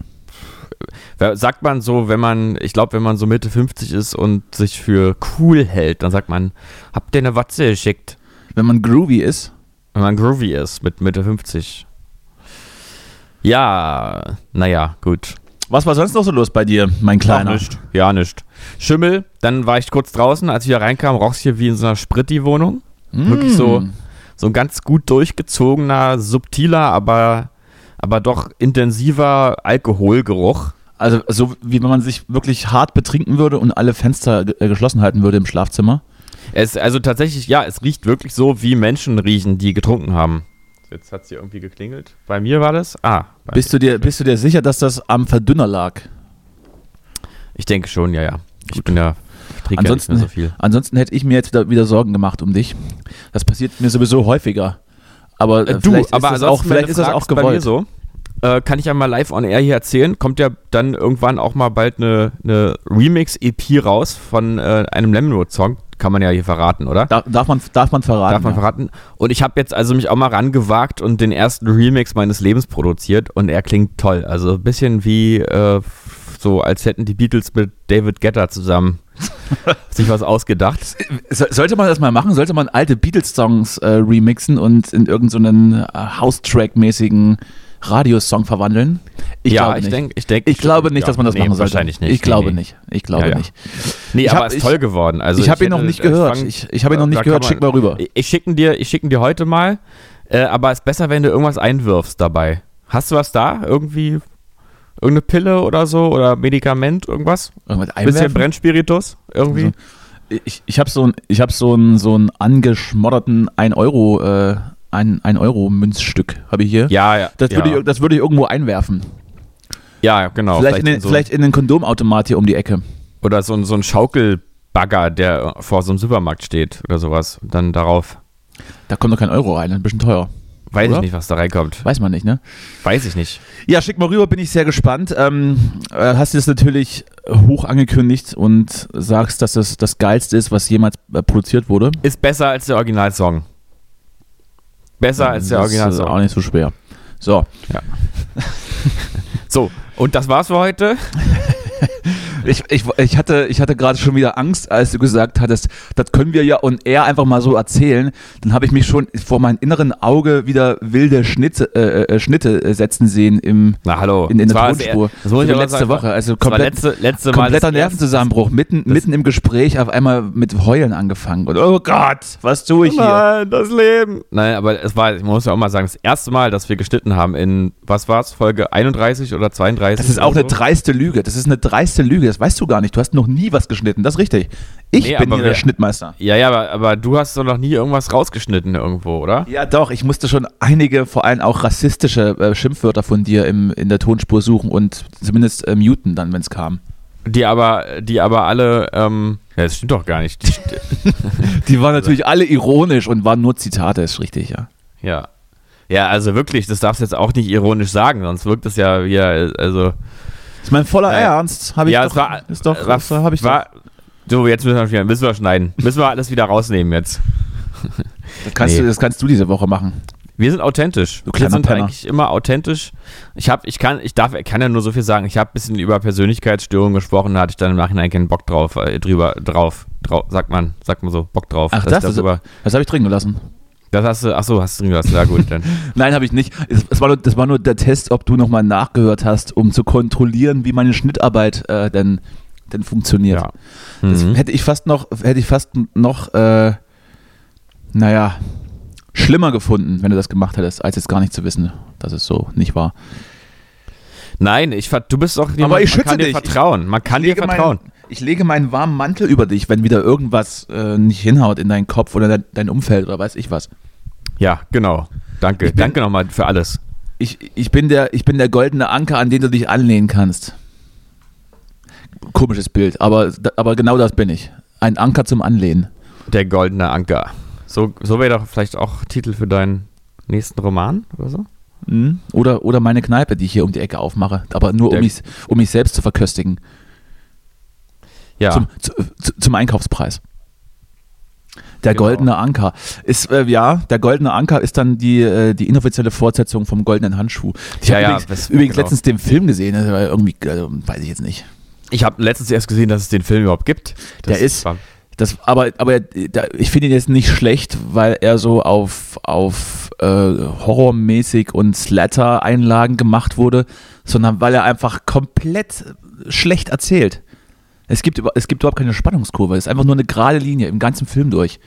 S3: wer- sagt man so, wenn man, ich glaube, wenn man so Mitte 50 ist und sich für cool hält, dann sagt man, habt ihr eine Watze geschickt,
S4: Wenn man groovy ist.
S3: wenn man groovy ist mit Mitte 50. Ja, naja, gut.
S4: Was war sonst noch so los bei dir, mein Kleiner?
S3: Auch nicht. Ja, nicht. Schimmel, dann war ich kurz draußen, als ich wieder reinkam, roch es hier wie in so einer Spritti-Wohnung. Wirklich so, so ein ganz gut durchgezogener, subtiler, aber, aber doch intensiver Alkoholgeruch.
S4: Also, so wie wenn man sich wirklich hart betrinken würde und alle Fenster ge- äh, geschlossen halten würde im Schlafzimmer.
S3: Es, also tatsächlich, ja, es riecht wirklich so, wie Menschen riechen, die getrunken haben. Jetzt hat sie irgendwie geklingelt. Bei mir war das? Ah, bei
S4: Bist du, dir, bist du dir sicher, dass das am Verdünner lag?
S3: ich denke schon, ja, ja. Ich bin ja, ich trinke
S4: Ansonsten,
S3: ja nicht mehr so viel.
S4: ansonsten hätte ich mir jetzt wieder, wieder Sorgen gemacht um dich. Das passiert mir sowieso häufiger. Aber äh, vielleicht ist das auch,
S3: ansonsten, wenn
S4: vielleicht
S3: du
S4: ist das
S3: fragst,
S4: auch gewollt.
S3: so. Äh, kann ich ja mal live on air hier erzählen. Kommt ja dann irgendwann auch mal bald eine, eine Remix-EP raus von äh, einem Lemonwood-Song. Kann man ja hier verraten, oder?
S4: Darf, darf, man, darf man verraten?
S3: Darf man
S4: ja.
S3: verraten? Und ich habe jetzt also mich auch mal rangewagt und den ersten Remix meines Lebens produziert und er klingt toll. Also ein bisschen wie äh, so, als hätten die Beatles mit David Guetta
S4: (laughs)
S3: zusammen sich was ausgedacht.
S4: So- Sollte man das mal machen? Sollte man alte Beatles-Songs äh, remixen und in irgendeinen so äh, House-Track-mäßigen Radiosong verwandeln? Ich
S3: ja,
S4: glaube
S3: ich
S4: nicht.
S3: denke, ich denke.
S4: ich glaube nicht, dass man das
S3: nee,
S4: machen sollte.
S3: Wahrscheinlich nicht.
S4: Ich glaube
S3: nee.
S4: nicht. Ich glaube
S3: Ja, ja.
S4: nicht.
S3: Nee,
S4: Ich
S3: aber
S4: hab-
S3: es
S4: ich-
S3: ist toll geworden. Also
S4: ich habe ihn noch
S3: hätte-
S4: nicht gehört.
S3: fang-
S4: Ich, ich habe ihn noch
S3: da
S4: nicht
S3: kann
S4: gehört.
S3: man-
S4: Schick mal rüber.
S3: Ich, ich schicken dir, ich schicken dir heute mal, äh, aber es ist besser, wenn du irgendwas einwirfst dabei. Hast du was da? Irgendwie irgendeine Pille oder so oder Medikament, irgendwas?
S4: Irgendwas
S3: Ein bisschen
S4: einwerfen?
S3: Brennspiritus irgendwie?
S4: Ich, ich habe so einen ich hab so einen so einen angeschmodderten 1 Euro äh, ein, ein Euro Münzstück habe ich hier.
S3: Ja, ja.
S4: Das
S3: ja.
S4: würde, ich, das würde ich irgendwo einwerfen.
S3: ja, genau.
S4: vielleicht, in den,
S3: so,
S4: vielleicht in den Kondomautomat hier um die Ecke.
S3: Oder so, ein- so ein Schaukelbagger, der vor so einem Supermarkt steht oder sowas. Und dann darauf.
S4: Da kommt doch kein Euro rein, ein bisschen teuer.
S3: Weiß
S4: Oder?
S3: ich nicht, was da reinkommt.
S4: Weiß man nicht, ne?
S3: Weiß ich nicht.
S4: Ja, schick mal rüber, bin ich sehr gespannt. Ähm, äh, hast du das natürlich hoch angekündigt und sagst, dass das das Geilste ist, was jemals äh, produziert wurde?
S3: Ist besser als der Originalsong. Besser als der
S4: Hm, das ist auch
S3: Originalsong.
S4: nicht so schwer. So,
S3: So, und das war's für heute.
S4: Ich, ich, ich hatte, ich hatte gerade schon wieder Angst, als du gesagt hattest, das können wir ja und er einfach mal so erzählen. Dann habe ich mich schon vor meinem inneren Auge wieder wilde Schnitte, äh, äh, Schnitte äh, setzen sehen im,
S3: Na hallo.
S4: in, in der
S3: Das war das
S4: Tonspur.
S3: er- das muss ich
S4: Wie
S3: aber
S4: letzte
S3: sagen,
S4: Woche. Also
S3: Das war
S4: komplett,
S3: letzte, letzte Mal
S4: kompletter
S3: das erste-
S4: Nervenzusammenbruch. Mitten, mitten im Gespräch auf einmal mit Heulen angefangen. Und oh Gott, was tue ich hier?
S3: Nein, das Leben. Nein, aber es war, ich muss ja auch mal sagen, das erste Mal, dass wir geschnitten haben in, was war's, Folge 31 oder 32?
S4: Das ist auch
S3: oder
S4: eine
S3: so.
S4: dreiste Lüge. Das ist eine dreiste Lüge. Das weißt du gar nicht. Du hast noch nie was geschnitten. Das ist richtig. Ich
S3: Nee,
S4: bin
S3: aber
S4: hier der
S3: wir-
S4: Schnittmeister.
S3: Ja, ja, aber, aber du hast doch noch nie irgendwas rausgeschnitten irgendwo, oder?
S4: Ja, doch. Ich musste schon einige, vor allem auch rassistische äh, Schimpfwörter von dir im, in der Tonspur suchen und zumindest äh, muten dann, wenn es kam.
S3: Die aber, die aber alle, ähm, ja, das stimmt doch gar nicht. (laughs) Die-
S4: Die waren natürlich alle ironisch und waren nur Zitate, ist richtig, ja.
S3: ja. Ja, also wirklich, das darfst du jetzt auch nicht ironisch sagen, sonst wirkt das ja wie, also.
S4: Ist mein voller
S3: Ja, ja.
S4: Ernst. Habe ich
S3: ja,
S4: doch,
S3: es war,
S4: ist doch,
S3: war,
S4: ist doch- hab ich
S3: war, so, jetzt müssen wir, wieder- müssen wir schneiden. Müssen wir alles wieder rausnehmen jetzt.
S4: doch. Das kannst,
S3: nee.
S4: du, das kannst du diese Woche machen.
S3: Wir sind authentisch.
S4: Du
S3: Wir
S4: kleiner
S3: sind
S4: Penner.
S3: eigentlich immer authentisch. Ich habe, ich kann, ich darf, kann ja nur so viel sagen. Ich habe ein bisschen über Persönlichkeitsstörungen gesprochen, da hatte ich dann im Nachhinein keinen Bock drauf, äh, drüber, drauf, drauf, sagt man, sagt man so, Bock drauf. dass
S4: Ach,
S3: ich
S4: das, das,
S3: darüber,
S4: das habe ich drin gelassen.
S3: das hast du, ach so, hast du drin gelassen. Ja gut,
S4: (laughs)
S3: dann.
S4: Nein, habe ich nicht. Es, es war nur, das war nur der Test, ob du nochmal nachgehört hast, um zu kontrollieren, wie meine Schnittarbeit äh, denn, denn funktioniert.
S3: ja.
S4: Das
S3: Mhm.
S4: hätte ich fast noch, hätte ich fast noch, äh, naja, schlimmer gefunden, wenn du das gemacht hättest, als jetzt gar nicht zu wissen, dass es so nicht war.
S3: Nein, ich, ver- du bist doch jemand, man
S4: ich schütze
S3: kann dir
S4: dich.
S3: vertrauen. Man kann dir
S4: lege
S3: vertrauen.
S4: Meinen, ich lege meinen warmen Mantel über dich, wenn wieder irgendwas äh, nicht hinhaut in deinen Kopf oder dein, dein Umfeld oder weiß ich was.
S3: Ja, genau. Danke.
S4: bin-
S3: Danke nochmal für alles.
S4: Ich, ich, bin der, ich bin der goldene Anker, an den du dich anlehnen kannst. Komisches Bild, aber, aber genau das bin ich. Ein Anker zum Anlehnen.
S3: Der goldene Anker. So, so wäre doch vielleicht auch Titel für deinen nächsten Roman oder so.
S4: Mhm. Oder, oder meine Kneipe, die ich hier um die Ecke aufmache. Aber nur, um
S3: Der-
S4: mich, um mich selbst zu verköstigen.
S3: Ja.
S4: Zum, zu, zu, zum Einkaufspreis. Der
S3: Genau.
S4: goldene Anker ist äh, ja, der goldene Anker ist dann die, äh, die inoffizielle Fortsetzung vom goldenen Handschuh. Ich
S3: Ja,
S4: habe
S3: ja,
S4: übrigens,
S3: das-
S4: übrigens
S3: genau.
S4: letztens den Film gesehen, das war irgendwie äh, weiß ich jetzt nicht.
S3: Ich habe letztens erst gesehen, dass es den Film überhaupt gibt.
S4: Der ist-
S3: war-
S4: Das, aber aber äh, da, ich finde ihn jetzt nicht schlecht, weil er so auf, auf äh, horrormäßig und Slatter-Einlagen gemacht wurde, sondern weil er einfach komplett schlecht erzählt. Es gibt, über- es gibt überhaupt keine Spannungskurve, es ist einfach nur eine gerade Linie im ganzen Film durch.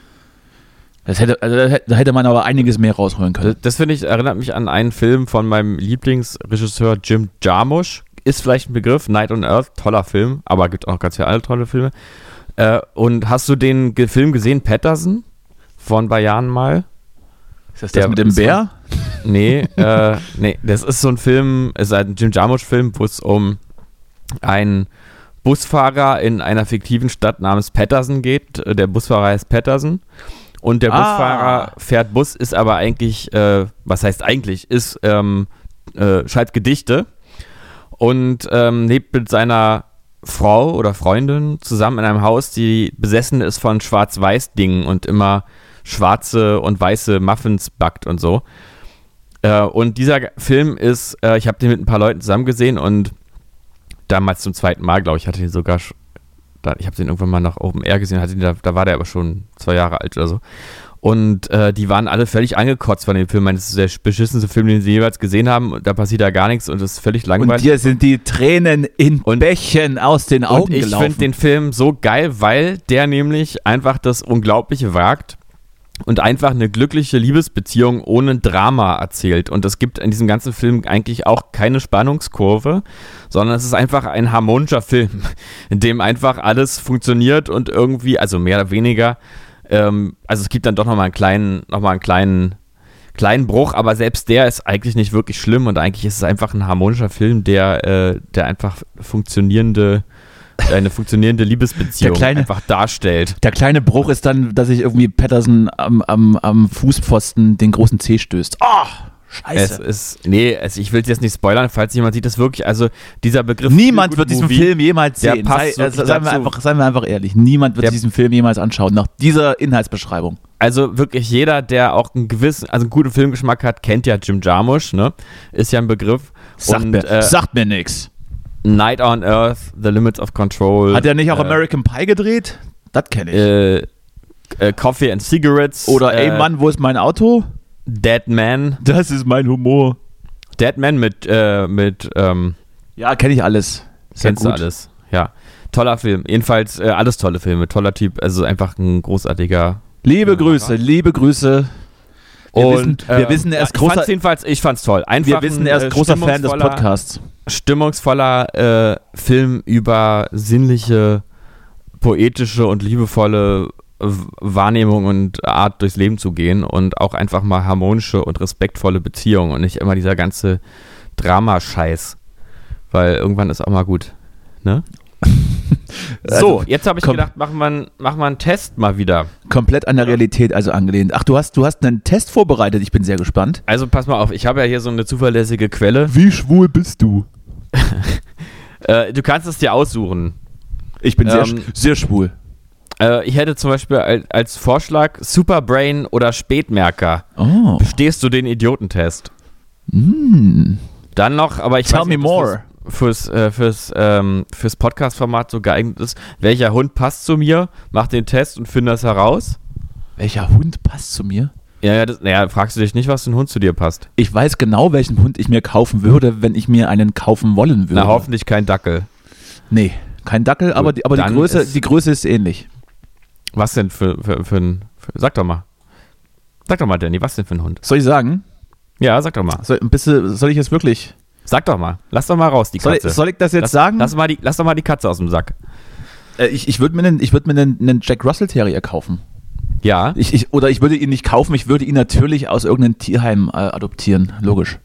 S4: Das hätte, also da hätte- da hätte man aber einiges mehr rausholen können.
S3: Das, also, das finde ich, erinnert mich an einen Film von meinem Lieblingsregisseur Jim Jarmusch. Ist vielleicht ein Begriff, Night on Earth, toller Film, aber gibt auch ganz viele andere tolle Filme. Äh, und hast du den Ge Film gesehen, Patterson? Von ein paar Jahren mal?
S4: Ist das
S3: der-
S4: das mit dem
S3: so-
S4: Bär?
S3: (laughs) Nee, äh, nee, das ist so ein Film, ist ein Jim Jarmusch-Film, wo es um einen Busfahrer in einer fiktiven Stadt namens Patterson geht. Äh, Der Busfahrer heißt Patterson. Und der
S4: Ah.
S3: Busfahrer fährt Bus, ist aber eigentlich, äh, was heißt eigentlich, ist, ähm, äh, schreibt Gedichte und ähm, lebt mit seiner Frau oder Freundin zusammen in einem Haus, die besessen ist von Schwarz-Weiß-Dingen und immer schwarze und weiße Muffins backt und so. Äh, und dieser G- Film ist, äh, ich habe den mit ein paar Leuten zusammen gesehen und damals zum zweiten Mal, glaube ich, hatte den sogar, sch- da, ich habe den irgendwann mal nach Open Air gesehen, hatte den, da, da war der aber schon zwei Jahre alt oder so. Und äh, die waren alle völlig angekotzt von dem Film. Ich meine, Das ist der beschissenste Film, den sie jeweils gesehen haben. Und da passiert da gar nichts und es ist völlig
S4: Und
S3: langweilig.
S4: dir sind die Tränen in
S3: Und-
S4: Bächen aus den Augen
S3: Und ich
S4: gelaufen.
S3: finde den Film so geil, weil der nämlich einfach das Unglaubliche wagt und einfach eine glückliche Liebesbeziehung ohne Drama erzählt. Und es gibt in diesem ganzen Film eigentlich auch keine Spannungskurve, sondern es ist einfach ein harmonischer Film, (laughs) in dem einfach alles funktioniert und irgendwie, also mehr oder weniger, ähm, also es gibt dann doch nochmal einen kleinen, nochmal einen kleinen kleinen Bruch, aber selbst der ist eigentlich nicht wirklich schlimm und eigentlich ist es einfach ein harmonischer Film, der, äh, der einfach funktionierende, eine funktionierende Liebesbeziehung
S4: Der kleine-
S3: einfach darstellt.
S4: Der kleine Bruch ist dann, dass ich irgendwie Patterson am, am, am Fußpfosten den großen Zeh stößt. Oh,
S3: Es
S4: scheiße.
S3: ist, nee, es, ich will jetzt nicht spoilern, falls jemand sieht, das wirklich, also dieser Begriff.
S4: Niemand
S3: Feel
S4: wird
S3: Good
S4: diesen
S3: Movie,
S4: Film jemals
S3: der
S4: sehen.
S3: passt
S4: Sei, also,
S3: wirklich
S4: seien, wir
S3: dazu.
S4: einfach, seien wir einfach ehrlich. Niemand wird
S3: Der-
S4: diesen Film jemals anschauen, nach dieser Inhaltsbeschreibung.
S3: Also wirklich jeder, der auch einen gewissen, also einen guten Filmgeschmack hat, kennt ja Jim Jarmusch, ne? Ist ja ein Begriff.
S4: Sagt,
S3: Und,
S4: mir,
S3: äh,
S4: sagt mir nix.
S3: Night on Earth, The Limits of Control.
S4: Hat er nicht auch
S3: äh,
S4: American Pie gedreht? Das kenne ich.
S3: äh, äh, Coffee and Cigarettes.
S4: Oder
S3: äh,
S4: ey Mann, wo ist mein Auto?
S3: Dead Man.
S4: Das ist mein Humor.
S3: Dead Man mit, äh, mit ähm,
S4: Ja, kenne ich alles. Sehr
S3: kennst du
S4: gut.
S3: alles. Ja. Toller Film. Jedenfalls äh, alles tolle Filme. Toller Typ. Also einfach ein großartiger.
S4: Liebe Grüße, liebe Grüße. Wir wissen- wir wissen,
S3: ja, ähm,
S4: er ist
S3: ich
S4: großer-
S3: fand's jedenfalls, ich fand's toll. Einfach
S4: Wir wissen, er ist
S3: ein, äh,
S4: großer Fan des
S3: stimmungsvoller-
S4: Podcasts.
S3: stimmungsvoller äh, Film über sinnliche, poetische und liebevolle W- Wahrnehmung und Art durchs Leben zu gehen und auch einfach mal harmonische und respektvolle Beziehungen und nicht immer dieser ganze Dramascheiß, weil irgendwann ist auch mal gut. Ne?
S4: Also,
S3: so, jetzt habe ich
S4: komm.
S3: gedacht, machen wir, einen- machen wir einen Test mal wieder.
S4: Komplett an der Realität also angelehnt. Ach, du hast, du hast einen Test vorbereitet. Ich bin sehr gespannt.
S3: Also pass mal auf, ich habe ja hier so eine zuverlässige Quelle.
S4: Wie schwul bist du?
S3: Äh, du kannst es dir aussuchen.
S4: Ich bin sehr,
S3: Ähm,
S4: sch- sehr schwul.
S3: Äh, ich hätte zum Beispiel als, als Vorschlag Superbrain oder Spätmerker.
S4: Oh.
S3: Stehst du den Idiotentest? Dann noch, aber ich
S4: Mm. Tell me
S3: ob
S4: more.
S3: Das fürs fürs, äh, fürs, ähm, fürs Podcast-Format so geeignet ist. Welcher Hund passt zu mir? Mach den Test und finde das heraus.
S4: Welcher Hund passt zu mir?
S3: Ja, ja, das, naja, fragst du dich nicht, was für ein Hund zu dir passt.
S4: Ich weiß genau, welchen Hund ich mir kaufen würde, wenn ich mir einen kaufen wollen würde.
S3: Na, hoffentlich kein Dackel.
S4: nee, kein Dackel, aber, die, aber die,
S3: dann
S4: Größe,
S3: ist-
S4: die Größe ist ähnlich.
S3: Was denn für, für, für ein. Für, sag doch mal. Sag doch mal, Danny, was denn für ein Hund?
S4: Soll ich sagen?
S3: Ja, sag doch mal.
S4: Soll, ein bisschen, soll ich jetzt wirklich?
S3: Sag doch mal. Lass doch mal raus, die
S4: Soll
S3: Katze.
S4: ich, soll ich das jetzt
S3: lass,
S4: sagen?
S3: Lass, mal die, lass doch mal die Katze aus dem Sack.
S4: Äh, ich ich würde mir, einen, ich würd mir einen, einen Jack Russell Terrier kaufen.
S3: Ja.
S4: Ich, ich, oder ich würde ihn nicht kaufen, ich würde ihn natürlich aus irgendeinem Tierheim äh, adoptieren, logisch.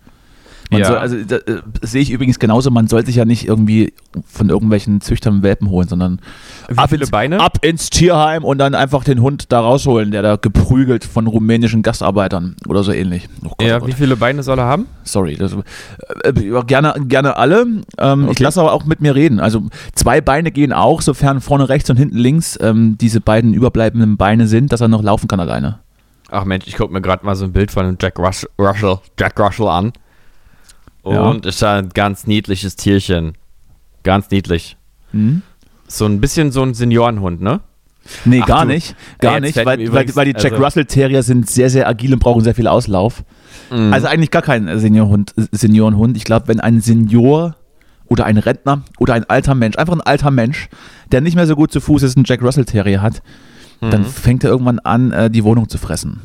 S4: Man
S3: Ja.
S4: soll, also da, äh, sehe ich übrigens genauso, man soll sich ja nicht irgendwie von irgendwelchen Züchtern Welpen holen, sondern
S3: Wie viele
S4: ins,
S3: Beine?
S4: ab ins Tierheim und dann einfach den Hund da rausholen, der da geprügelt von rumänischen Gastarbeitern oder so ähnlich. Oh Gott, oh
S3: ja,
S4: Gott.
S3: wie viele Beine soll er haben?
S4: Sorry, das, äh, ja, gerne, gerne alle. Ähm, Ich lasse aber auch mit mir reden. Also zwei Beine gehen auch, sofern vorne rechts und hinten links ähm, diese beiden überbleibenden Beine sind, dass er noch laufen kann alleine.
S3: Ach Mensch, ich gucke mir gerade mal so ein Bild von einem Jack Rush Russell, Jack Russell an. Und ist da ein ganz niedliches Tierchen. Ganz niedlich.
S4: Mhm.
S3: So ein bisschen so ein Seniorenhund, ne?
S4: Nee,
S3: Ach
S4: gar
S3: du.
S4: nicht. Gar
S3: Jetzt
S4: nicht,
S3: fällt
S4: weil,
S3: mir
S4: weil,
S3: übrigens-
S4: weil die Jack
S3: also-
S4: Russell Terrier sind sehr, sehr agil und brauchen sehr viel Auslauf.
S3: Mhm.
S4: Also eigentlich gar kein Seniorhund, Seniorenhund. Ich glaube, wenn ein Senior oder ein Rentner oder ein alter Mensch, einfach ein alter Mensch, der nicht mehr so gut zu Fuß ist, einen Jack Russell Terrier hat,
S3: Mhm.
S4: dann fängt er irgendwann an, äh, die Wohnung zu fressen.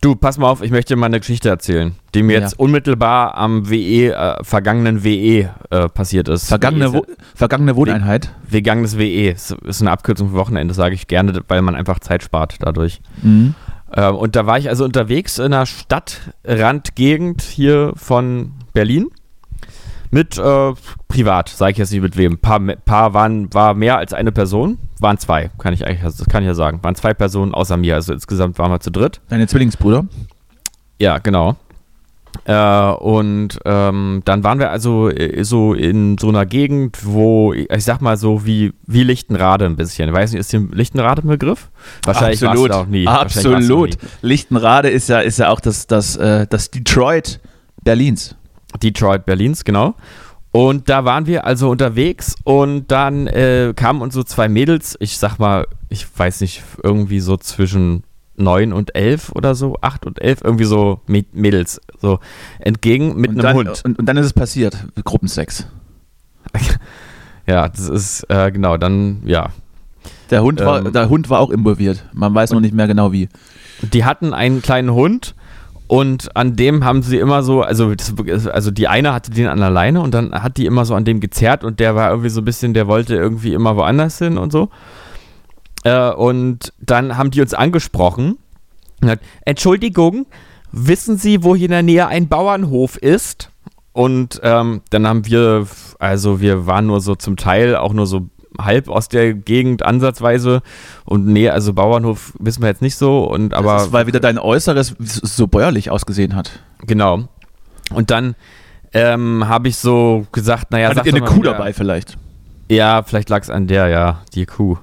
S3: Du, pass mal auf, ich möchte dir mal eine Geschichte erzählen, die mir
S4: Ja.
S3: jetzt unmittelbar am WE, äh, vergangenen WE äh, passiert ist.
S4: Vergangene,
S3: WE
S4: Wo
S3: ist,
S4: vergangene Wohneinheit.
S3: Veganes WE. Ist, ist eine Abkürzung für Wochenende, sage ich gerne, weil man einfach Zeit spart dadurch. Ähm, und da war ich also unterwegs in einer Stadtrandgegend hier von Berlin. Mit äh, privat, sage ich jetzt nicht mit wem. Paar, paar waren war mehr als eine Person, waren zwei, kann ich eigentlich, das kann ich ja sagen. Waren zwei Personen außer mir, also insgesamt waren wir zu dritt.
S4: Deine Zwillingsbruder.
S3: Ja, genau. Äh, und ähm, dann waren wir also äh, so in so einer Gegend, wo, ich sag mal so wie, wie Lichtenrade ein bisschen. Ich weiß nicht, ist dir Lichtenrade ein Begriff? warst du da auch nie. Wahrscheinlich warst du noch
S4: Absolut. Lichtenrade ist ja, ist ja auch das, das, äh, das Detroit Berlins.
S3: nie. Detroit, Berlins, genau. Und da waren wir also unterwegs und dann äh, kamen uns so zwei Mädels, ich sag mal, ich weiß nicht, irgendwie so zwischen neun und elf oder so, acht und elf, irgendwie so Mäd- Mädels, so entgegen mit einem
S4: dann, äh,
S3: Hund.
S4: Und, und dann ist es passiert, Gruppensex.
S3: (laughs) Ja, das ist, äh, genau, dann, ja.
S4: Der Hund, war,
S3: Ähm.
S4: der Hund war auch involviert. Man weiß noch nicht mehr genau wie.
S3: Die hatten einen kleinen Hund und an dem haben sie immer so, also, das, also die eine hatte den an der Leine und dann hat die immer so an dem gezerrt und der war irgendwie so ein bisschen, der wollte irgendwie immer woanders hin und so. Äh, und dann haben die uns angesprochen und hat, Entschuldigung, wissen Sie, wo hier in der Nähe ein Bauernhof ist? Und ähm, dann haben wir, also wir waren nur so zum Teil auch nur so halb aus der Gegend ansatzweise und nee, also Bauernhof wissen wir jetzt nicht so und aber
S4: das ist, weil wieder dein Äußeres so bäuerlich ausgesehen hat.
S3: genau. Und dann ähm, habe ich so gesagt, naja,
S4: Hattet
S3: sag
S4: ihr
S3: doch
S4: eine
S3: mal
S4: Kuh
S3: wieder-
S4: dabei vielleicht?
S3: Ja, vielleicht lag es an der, ja, die Kuh.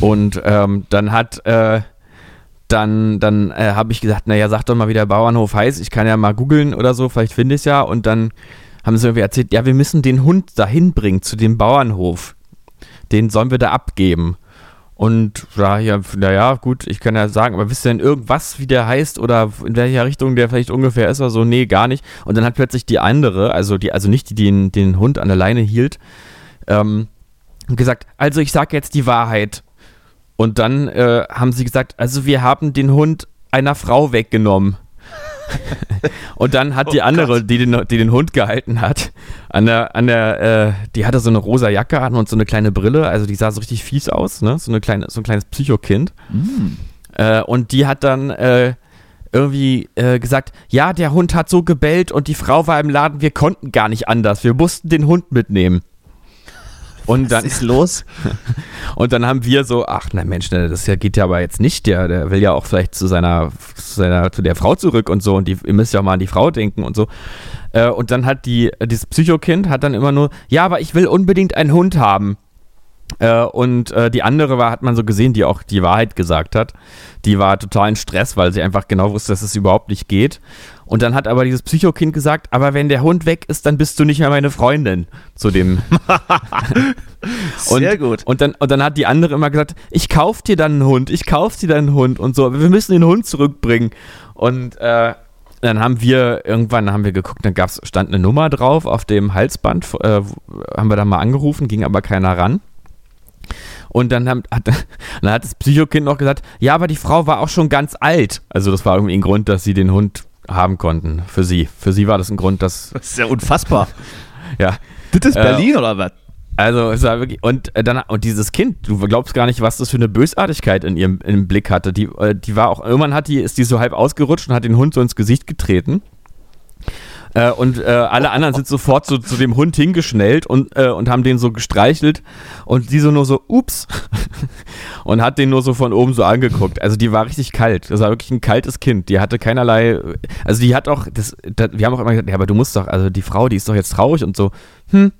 S3: Und ähm, dann hat, äh, dann, dann äh, habe ich gesagt, naja, sag doch mal, wie der Bauernhof heißt. Ich kann ja mal googeln oder so, vielleicht finde ich es ja. Und dann haben sie irgendwie erzählt, ja, wir müssen den Hund dahin bringen zu dem Bauernhof. Den sollen wir da abgeben. Und da ja, naja, gut, ich kann ja sagen, aber wisst ihr denn irgendwas, wie der heißt oder in welcher Richtung der vielleicht ungefähr ist oder so? Nee, gar nicht. Und dann hat plötzlich die andere, also die, also nicht die, die den, den Hund an der Leine hielt, ähm, gesagt, also ich sage jetzt die Wahrheit. Und dann äh, haben sie gesagt, also wir haben den Hund einer Frau weggenommen. (laughs) und dann hat die
S4: Oh
S3: andere,
S4: Gott.
S3: die den, die den Hund gehalten hat, an der, an der, äh, die hatte so eine rosa Jacke an und so eine kleine Brille, also die sah so richtig fies aus, ne? So, eine kleine, so ein kleines Psychokind.
S4: Mm.
S3: Äh, und die hat dann äh, irgendwie äh, gesagt, ja, der Hund hat so gebellt und die Frau war im Laden, wir konnten gar nicht anders, wir mussten den Hund mitnehmen. Und dann,
S2: los?
S3: (laughs) und dann haben wir so, ach na Mensch, ne, das ja- geht ja aber jetzt nicht, der, der will ja auch vielleicht zu seiner, zu seiner, zu der Frau zurück und so und die, ihr müsst ja auch mal an die Frau denken und so. Äh, und dann hat die, dieses Psychokind hat dann immer nur, ja, aber ich will unbedingt einen Hund haben. Äh, und äh, die andere war, hat man so gesehen, die auch die Wahrheit gesagt hat. Die war total in Stress, weil sie einfach genau wusste, dass es überhaupt nicht geht. Und dann hat aber dieses Psychokind gesagt, aber wenn der Hund weg ist, dann bist du nicht mehr meine Freundin zu dem und,
S2: Sehr gut.
S3: Und dann, und dann hat die andere immer gesagt, ich kauf dir dann einen Hund, ich kauf dir dann einen Hund und so, wir müssen den Hund zurückbringen. Und äh, dann haben wir, irgendwann haben wir geguckt, dann gab's, stand eine Nummer drauf auf dem Halsband, äh, haben wir dann mal angerufen, ging aber keiner ran. Und dann haben- hat, (laughs) dann hat das Psychokind noch gesagt, ja, aber die Frau war auch schon ganz alt. Also das war irgendwie ein Grund, dass sie den Hund haben konnten, für sie. Für sie war das ein Grund, dass,
S2: Das ist ja
S3: (laughs)
S2: unfassbar.
S3: ja,
S2: Das ist
S3: Äh,
S2: Berlin oder was?
S3: also es war wirklich und äh, dann und dieses Kind, du glaubst gar nicht, was das für eine Bösartigkeit in ihrem, in ihrem Blick hatte. Die, äh, die war auch irgendwann hat die ist die so halb ausgerutscht und hat den Hund so ins Gesicht getreten. Äh, und äh, alle anderen sind sofort so, zu dem Hund hingeschnellt und, äh, und haben den so gestreichelt und die so nur so, ups, (laughs) und hat den nur so von oben so angeguckt. Also die war richtig kalt. Das war wirklich ein kaltes Kind. Die hatte keinerlei, also die hat auch, das, das, wir haben auch immer gesagt, ja, aber du musst doch, also die Frau, die ist doch jetzt traurig und so, hm,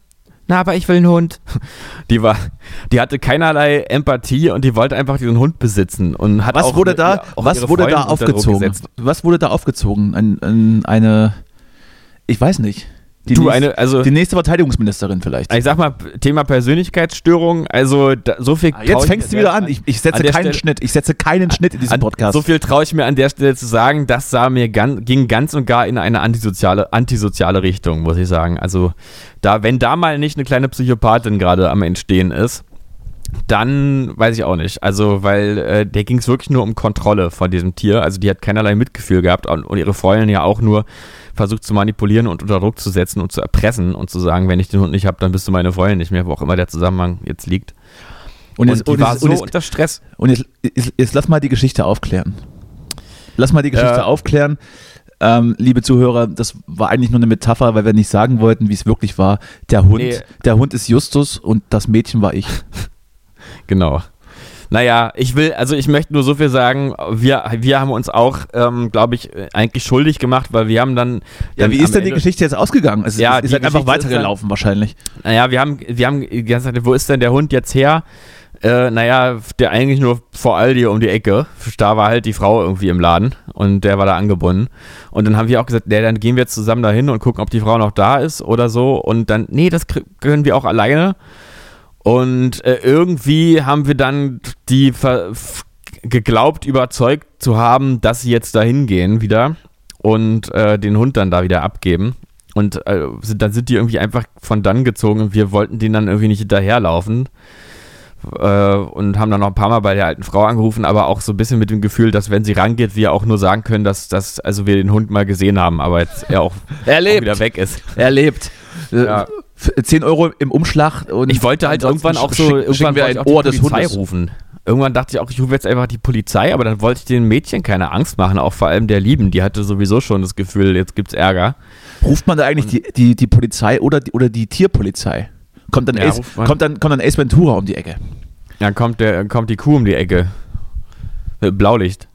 S3: na, aber ich will einen Hund. (laughs) Die war, die hatte keinerlei Empathie und die wollte einfach diesen Hund besitzen und hat
S4: Was
S3: auch ne,
S4: wurde da,
S3: auch
S4: was
S3: ihre
S4: wurde da
S3: Freundin unter Druck
S4: aufgezogen?
S3: gesetzt.
S4: Was wurde da aufgezogen? Ein, ein, eine, ich weiß nicht. Die
S3: Du
S4: nächste-
S3: eine, also
S4: die nächste Verteidigungsministerin vielleicht.
S3: ich sag mal Thema Persönlichkeitsstörung. Also da, so viel.
S4: Ah,
S3: trau
S4: Jetzt
S3: ich
S4: fängst du
S3: mir
S4: wieder
S3: selbst
S4: an. Ich, ich setze
S3: An der
S4: keinen
S3: Stelle-
S4: Schnitt. Ich setze keinen Schnitt in diesem
S3: An-
S4: Podcast.
S3: So viel traue ich mir an der Stelle zu sagen, das sah mir gan, ging ganz und gar in eine antisoziale, antisoziale Richtung, muss ich sagen. Also, da, wenn da mal nicht eine kleine Psychopathin gerade am Entstehen ist, dann weiß ich auch nicht. Also, weil äh, der ging es wirklich nur um Kontrolle von diesem Tier. Also, die hat keinerlei Mitgefühl gehabt und, und ihre Freundin ja auch nur versucht zu manipulieren und unter Druck zu setzen und zu erpressen und zu sagen, wenn ich den Hund nicht habe, dann bist du meine Freundin nicht mehr, wo auch immer der Zusammenhang jetzt liegt.
S4: und jetzt,
S3: die
S4: und
S3: war
S4: jetzt,
S3: so
S4: und jetzt,
S3: unter Stress.
S4: und jetzt, jetzt, jetzt lass mal die Geschichte aufklären. Lass mal die Geschichte
S3: Äh.
S4: aufklären. Ähm, liebe Zuhörer, das war eigentlich nur eine Metapher, weil wir nicht sagen wollten, wie es wirklich war. Der Hund,
S3: Nee.
S4: der Hund ist Justus und das Mädchen war ich.
S3: Genau. Naja, ich will, also ich möchte nur so viel sagen, wir, wir haben uns auch, ähm, glaube ich, äh, eigentlich schuldig gemacht, weil wir haben dann.
S4: Ja,
S3: dann
S4: wie ist
S3: am
S4: denn die
S3: Ende-
S4: Geschichte jetzt ausgegangen? Es,
S3: Ja,
S4: es, es
S3: die
S4: ist halt einfach
S3: Geschichte ist halt
S4: weitergelaufen wahrscheinlich.
S3: Naja, wir haben, wir haben die ganze Zeit, wo ist denn der Hund jetzt her? Äh, naja, der eigentlich nur vor Aldi um die Ecke. Da war halt die Frau irgendwie im Laden und der war da angebunden. Und dann haben wir auch gesagt, ja, dann gehen wir jetzt zusammen dahin und gucken, ob die Frau noch da ist oder so. Und dann, nee, das krie- können wir auch alleine. Und äh, irgendwie haben wir dann die ver f- geglaubt, überzeugt zu haben, dass sie jetzt dahin gehen wieder und äh, den Hund dann da wieder abgeben. Und äh, sind, dann sind die irgendwie einfach von dann gezogen und wir wollten denen dann irgendwie nicht hinterherlaufen. Äh, und haben dann noch ein paar Mal bei der alten Frau angerufen, aber auch so ein bisschen mit dem Gefühl, dass wenn sie rangeht, wir auch nur sagen können, dass, dass also wir den Hund mal gesehen haben, aber jetzt er auch,
S4: Er
S3: auch wieder weg ist.
S4: Er lebt.
S3: Ja.
S4: Ja. 10 Äh, Euro im Umschlag. Und
S3: Ich wollte halt
S4: ansonsten
S3: irgendwann auch
S4: sch-
S3: so,
S4: schicken-
S3: irgendwann
S4: schicken wir
S3: wollte ich
S4: ein
S3: auch
S4: Ohr
S3: die
S4: des
S3: Polizei
S4: Hundes.
S3: rufen. Irgendwann dachte ich auch, ich rufe jetzt einfach die Polizei, aber dann wollte ich den Mädchen keine Angst machen, auch vor allem der Lieben, die hatte sowieso schon das Gefühl, jetzt gibt's Ärger.
S4: Ruft man da eigentlich die, die, die Polizei oder die, oder die Tierpolizei? Kommt dann,
S3: Ja,
S4: Ace,
S3: ruft man.
S4: kommt, dann, kommt dann Ace Ventura um die Ecke.
S3: Dann kommt der, dann kommt die Kuh um die Ecke. Äh, Blaulicht.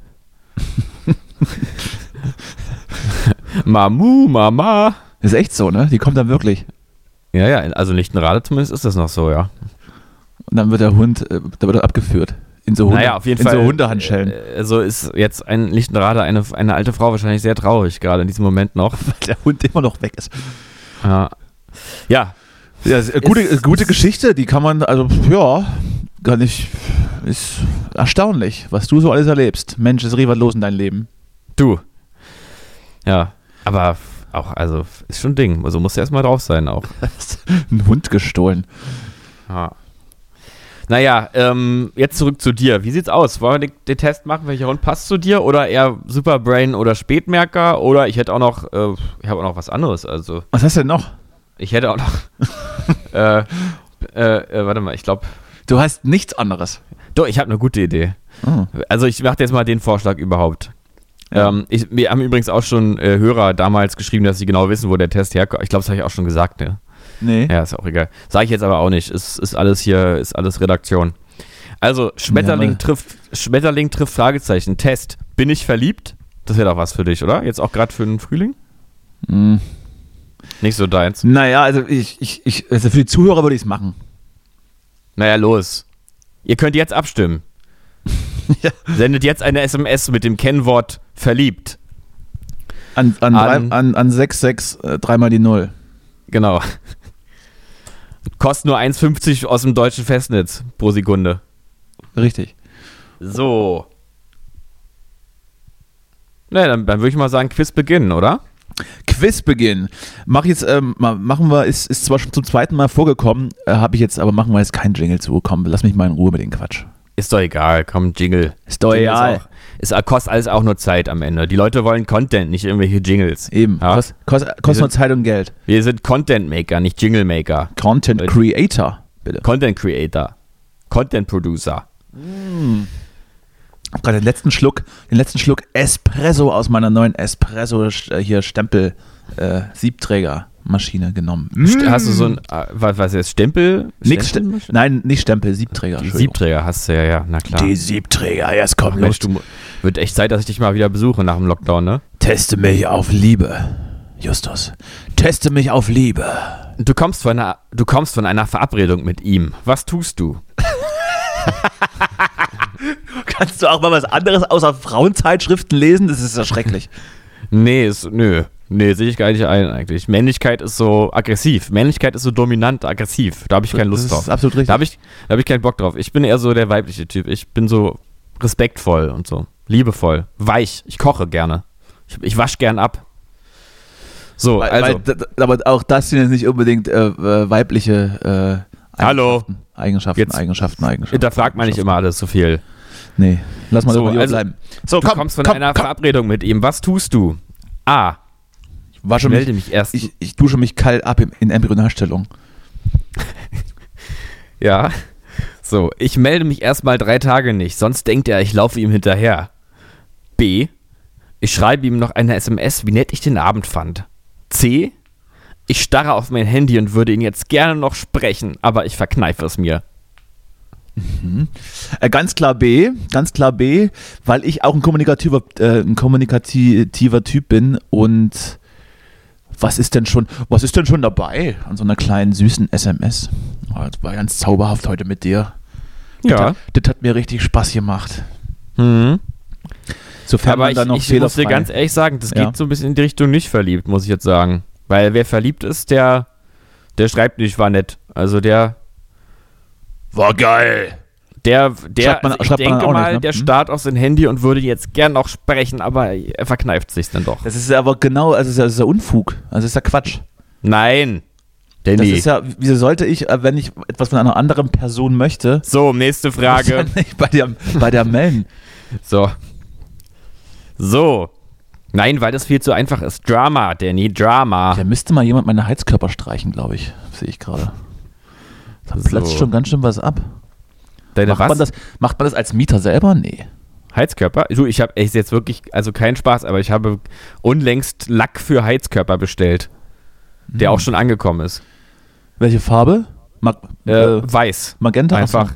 S3: (laughs) Mamu, Mama.
S4: Ist echt so, ne? Die kommt dann wirklich.
S3: Ja, ja, also Lichtenrade zumindest ist das noch so, ja.
S4: Und dann wird der Hund, äh, da wird er abgeführt. In so, Hunde,
S3: Naja, auf jeden
S4: in
S3: Fall.
S4: so Hundehandschellen.
S3: äh, Also ist jetzt ein
S4: (laughs)
S3: Lichtenrade eine, eine alte Frau wahrscheinlich sehr traurig, gerade in diesem Moment noch.
S4: weil der Hund immer noch weg ist.
S3: Ja. ja.
S4: Ja, ist, äh, gute,
S3: Ist-
S4: äh, gute Geschichte, die kann man, also pf, ja, gar nicht, ist erstaunlich, was du so alles erlebst. Mensch, ist richtig was los in deinem Leben.
S3: Du. Ja. Aber auch, also, ist schon ein Ding. Also musst du erstmal drauf sein auch.
S4: Ein Hund gestohlen.
S3: Ja. Naja, ähm, jetzt zurück zu dir. Wie sieht's aus? Wollen wir den, den Test machen? Welcher Hund passt zu dir? Oder eher Superbrain oder Spätmerker? Oder ich hätte auch noch, äh, ich habe auch noch was anderes. Also,
S4: Was hast du denn noch?
S3: ich hätte auch noch. (laughs) äh, äh, äh, warte mal, ich glaube.
S4: Du hast nichts anderes.
S3: Doch, ich habe eine gute Idee.
S4: Oh.
S3: Also, ich mache jetzt mal den Vorschlag überhaupt.
S4: Ja.
S3: Ähm, ich, mir haben übrigens auch schon äh, Hörer damals geschrieben, dass sie genau wissen, wo der Test herkommt. Ich glaube, das habe ich auch schon gesagt, ne?
S4: Nee.
S3: Ja, ist auch egal. Sage ich jetzt aber auch nicht. Ist, ist alles hier, ist alles Redaktion. Also, Schmetterling
S4: Jawohl.
S3: trifft, Schmetterling trifft Fragezeichen. Test. Bin ich verliebt? Das wäre doch was für dich, oder? Jetzt auch gerade für den Frühling?
S4: Hm.
S3: Nicht so deins.
S4: Naja, also ich, ich, ich, also für die Zuhörer würde ich es machen.
S3: Naja, los. Ihr könnt jetzt abstimmen.
S4: (laughs) Ja.
S3: Sendet jetzt eine SMS mit dem Kennwort verliebt.
S4: An, an,
S3: An-
S4: drei, an, an 6, 6, äh, dreimal die Null.
S3: Genau. Kostet nur 1,50 aus dem deutschen Festnetz pro Sekunde.
S4: Richtig.
S3: So. Naja, dann, dann würde ich mal sagen, Quiz beginnen, oder?
S4: Quizbeginn. Mach jetzt, ähm, ma- machen wir, ist, ist zwar schon zum zweiten Mal vorgekommen, äh, habe ich jetzt, aber machen wir jetzt keinen Jingle zu. Komm, lass mich mal in Ruhe mit dem Quatsch.
S3: Ist doch egal, komm, Jingle.
S4: Ist doch
S3: Jingle
S4: egal.
S3: Ist, auch, ist kostet alles auch nur Zeit am Ende. Die Leute wollen Content, nicht irgendwelche Jingles.
S4: Eben.
S3: Ja?
S4: Kost, kost, kostet nur Zeit und Geld.
S3: Wir sind Content Maker, nicht Jingle Maker.
S4: Content
S3: Leute.
S4: Creator, bitte.
S3: Content Creator. Content Producer.
S4: Ich habe gerade den letzten Schluck, den letzten Schluck Espresso aus meiner neuen Espresso äh, hier Stempel äh, Siebträgermaschine genommen.
S3: St- Hast du so ein, äh, was, was jetzt, Stempel?
S4: Mm. Nix
S3: Stempel?
S4: Stempel? Nein, nicht Stempel, Siebträger. Entschuldigung.
S3: Siebträger hast du ja, ja, na klar.
S4: Die Siebträger, jetzt komm los.
S3: Mensch, du, mu- wird echt Zeit, dass ich dich mal wieder besuche nach dem Lockdown, ne?
S4: Teste mich auf Liebe, Justus. Teste mich auf Liebe.
S3: Du kommst von einer, du kommst von einer Verabredung mit ihm. Was tust du?
S4: Kannst du auch mal was anderes außer Frauenzeitschriften lesen? Das ist ja schrecklich.
S3: Nee, ist, nö. Nee, sehe ich gar nicht ein eigentlich. Männlichkeit ist so aggressiv. Männlichkeit ist so dominant, aggressiv. Da habe ich keine
S4: Das
S3: Lust
S4: ist
S3: drauf.
S4: absolut richtig.
S3: Da habe ich, da hab ich keinen Bock drauf. Ich bin eher so der weibliche Typ. Ich bin so respektvoll und so. Liebevoll. Weich. Ich koche gerne. Ich, ich wasche gern ab. So,
S4: Weil-
S3: also.
S4: weil d- d- aber auch das sind jetzt nicht unbedingt äh, äh, weibliche äh,
S3: Hallo.
S4: Eigenschaften, Eigenschaften,
S3: Jetzt-
S4: Eigenschaften, Eigenschaften.
S3: Hinterfragt man nicht immer alles so viel.
S4: Nee, lass mal
S3: So,
S4: so, lieber
S3: also-
S4: bleiben.
S3: So, du kommst von
S4: komm,
S3: einer
S4: komm.
S3: Verabredung mit ihm. Was tust du? A.
S4: Ich wasche mich,
S3: Melde mich erst.
S4: ich, ich dusche mich kalt ab in, in Embryonalstellung.
S3: Ja. So, ich melde mich erstmal drei Tage nicht, sonst denkt er, ich laufe ihm hinterher. B. Ich schreibe ihm noch eine SMS, wie nett ich den Abend fand. C. Ich starre auf mein Handy und würde ihn jetzt gerne noch sprechen, aber ich verkneife es mir.
S4: Äh, ganz klar B, ganz klar B, weil ich auch ein kommunikativer, äh, ein kommunikativer Typ bin und was ist denn schon, was ist denn schon dabei an so einer kleinen süßen SMS? Oh, das war ganz zauberhaft heute mit dir. Das hat, das hat mir richtig Spaß gemacht.
S3: Mhm.
S4: Sofern
S3: Aber
S4: man
S3: ich,
S4: dann noch
S3: ich muss dir
S4: fehlerfrei-
S3: ganz e- ehrlich sagen, das
S4: Ja.
S3: geht so ein bisschen in die Richtung nicht verliebt, muss ich jetzt sagen. Weil wer verliebt ist, der, der schreibt nicht, war nett. Also der,
S4: war geil.
S3: Der, der
S4: Schreibt man-
S3: also ich
S4: schreibt man
S3: denke
S4: auch nicht,
S3: mal,
S4: ne?
S3: der
S4: Hm?
S3: starrt auf sein Handy und würde jetzt gern noch sprechen, aber er verkneift sich dann doch.
S4: Das ist aber genau, also das ist ja- das ist ja Unfug, also das ist ja Quatsch.
S3: Nein,
S4: Das
S3: Danny.
S4: ist ja, wieso sollte ich, äh, wenn ich etwas von einer anderen Person möchte,
S3: so, nächste Frage.
S4: muss ja nicht bei der, bei der melden?
S3: So. So. Nein, weil das viel zu einfach ist. Drama, Danny, Drama.
S4: Da müsste mal jemand meine Heizkörper streichen, glaube ich. Sehe ich gerade. Da platzt
S3: So. Äh,
S4: schon ganz schön was ab.
S3: Deine
S4: Macht man, das, macht man das als Mieter selber? Nee.
S3: Heizkörper? Du, ich habe echt jetzt wirklich, also kein Spaß, aber ich habe unlängst Lack für Heizkörper bestellt,
S4: Hm.
S3: der auch schon angekommen ist.
S4: Welche Farbe? Mag,
S3: Äh,
S4: äh,
S3: weiß.
S4: Magenta?
S3: Einfach
S4: Achso.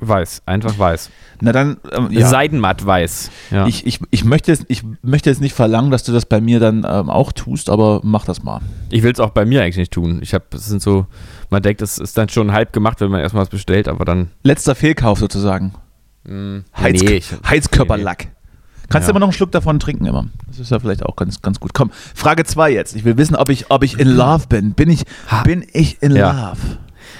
S3: weiß, einfach weiß.
S4: Na dann, ähm, ja.
S3: Seidenmatt weiß. Ja.
S4: Ich, ich, ich, möchte jetzt, ich möchte jetzt nicht verlangen, dass du das bei mir dann ähm, auch tust, aber mach das mal.
S3: Ich will es auch bei mir eigentlich nicht tun. Ich habe, es sind so, man denkt, es ist dann schon halb gemacht, wenn man erstmal was bestellt, aber dann.
S4: Letzter Fehlkauf sozusagen.
S3: Mh,
S4: Heizk
S3: nee, ich,
S4: Heizkörperlack. Kannst
S3: Ja.
S4: du immer noch einen Schluck davon trinken immer. Das ist ja vielleicht auch ganz, ganz gut. Komm, Frage 2 jetzt. Ich will wissen, ob ich, ob ich in love bin. Bin ich, bin ich in
S3: Mhm. Ja.
S4: love?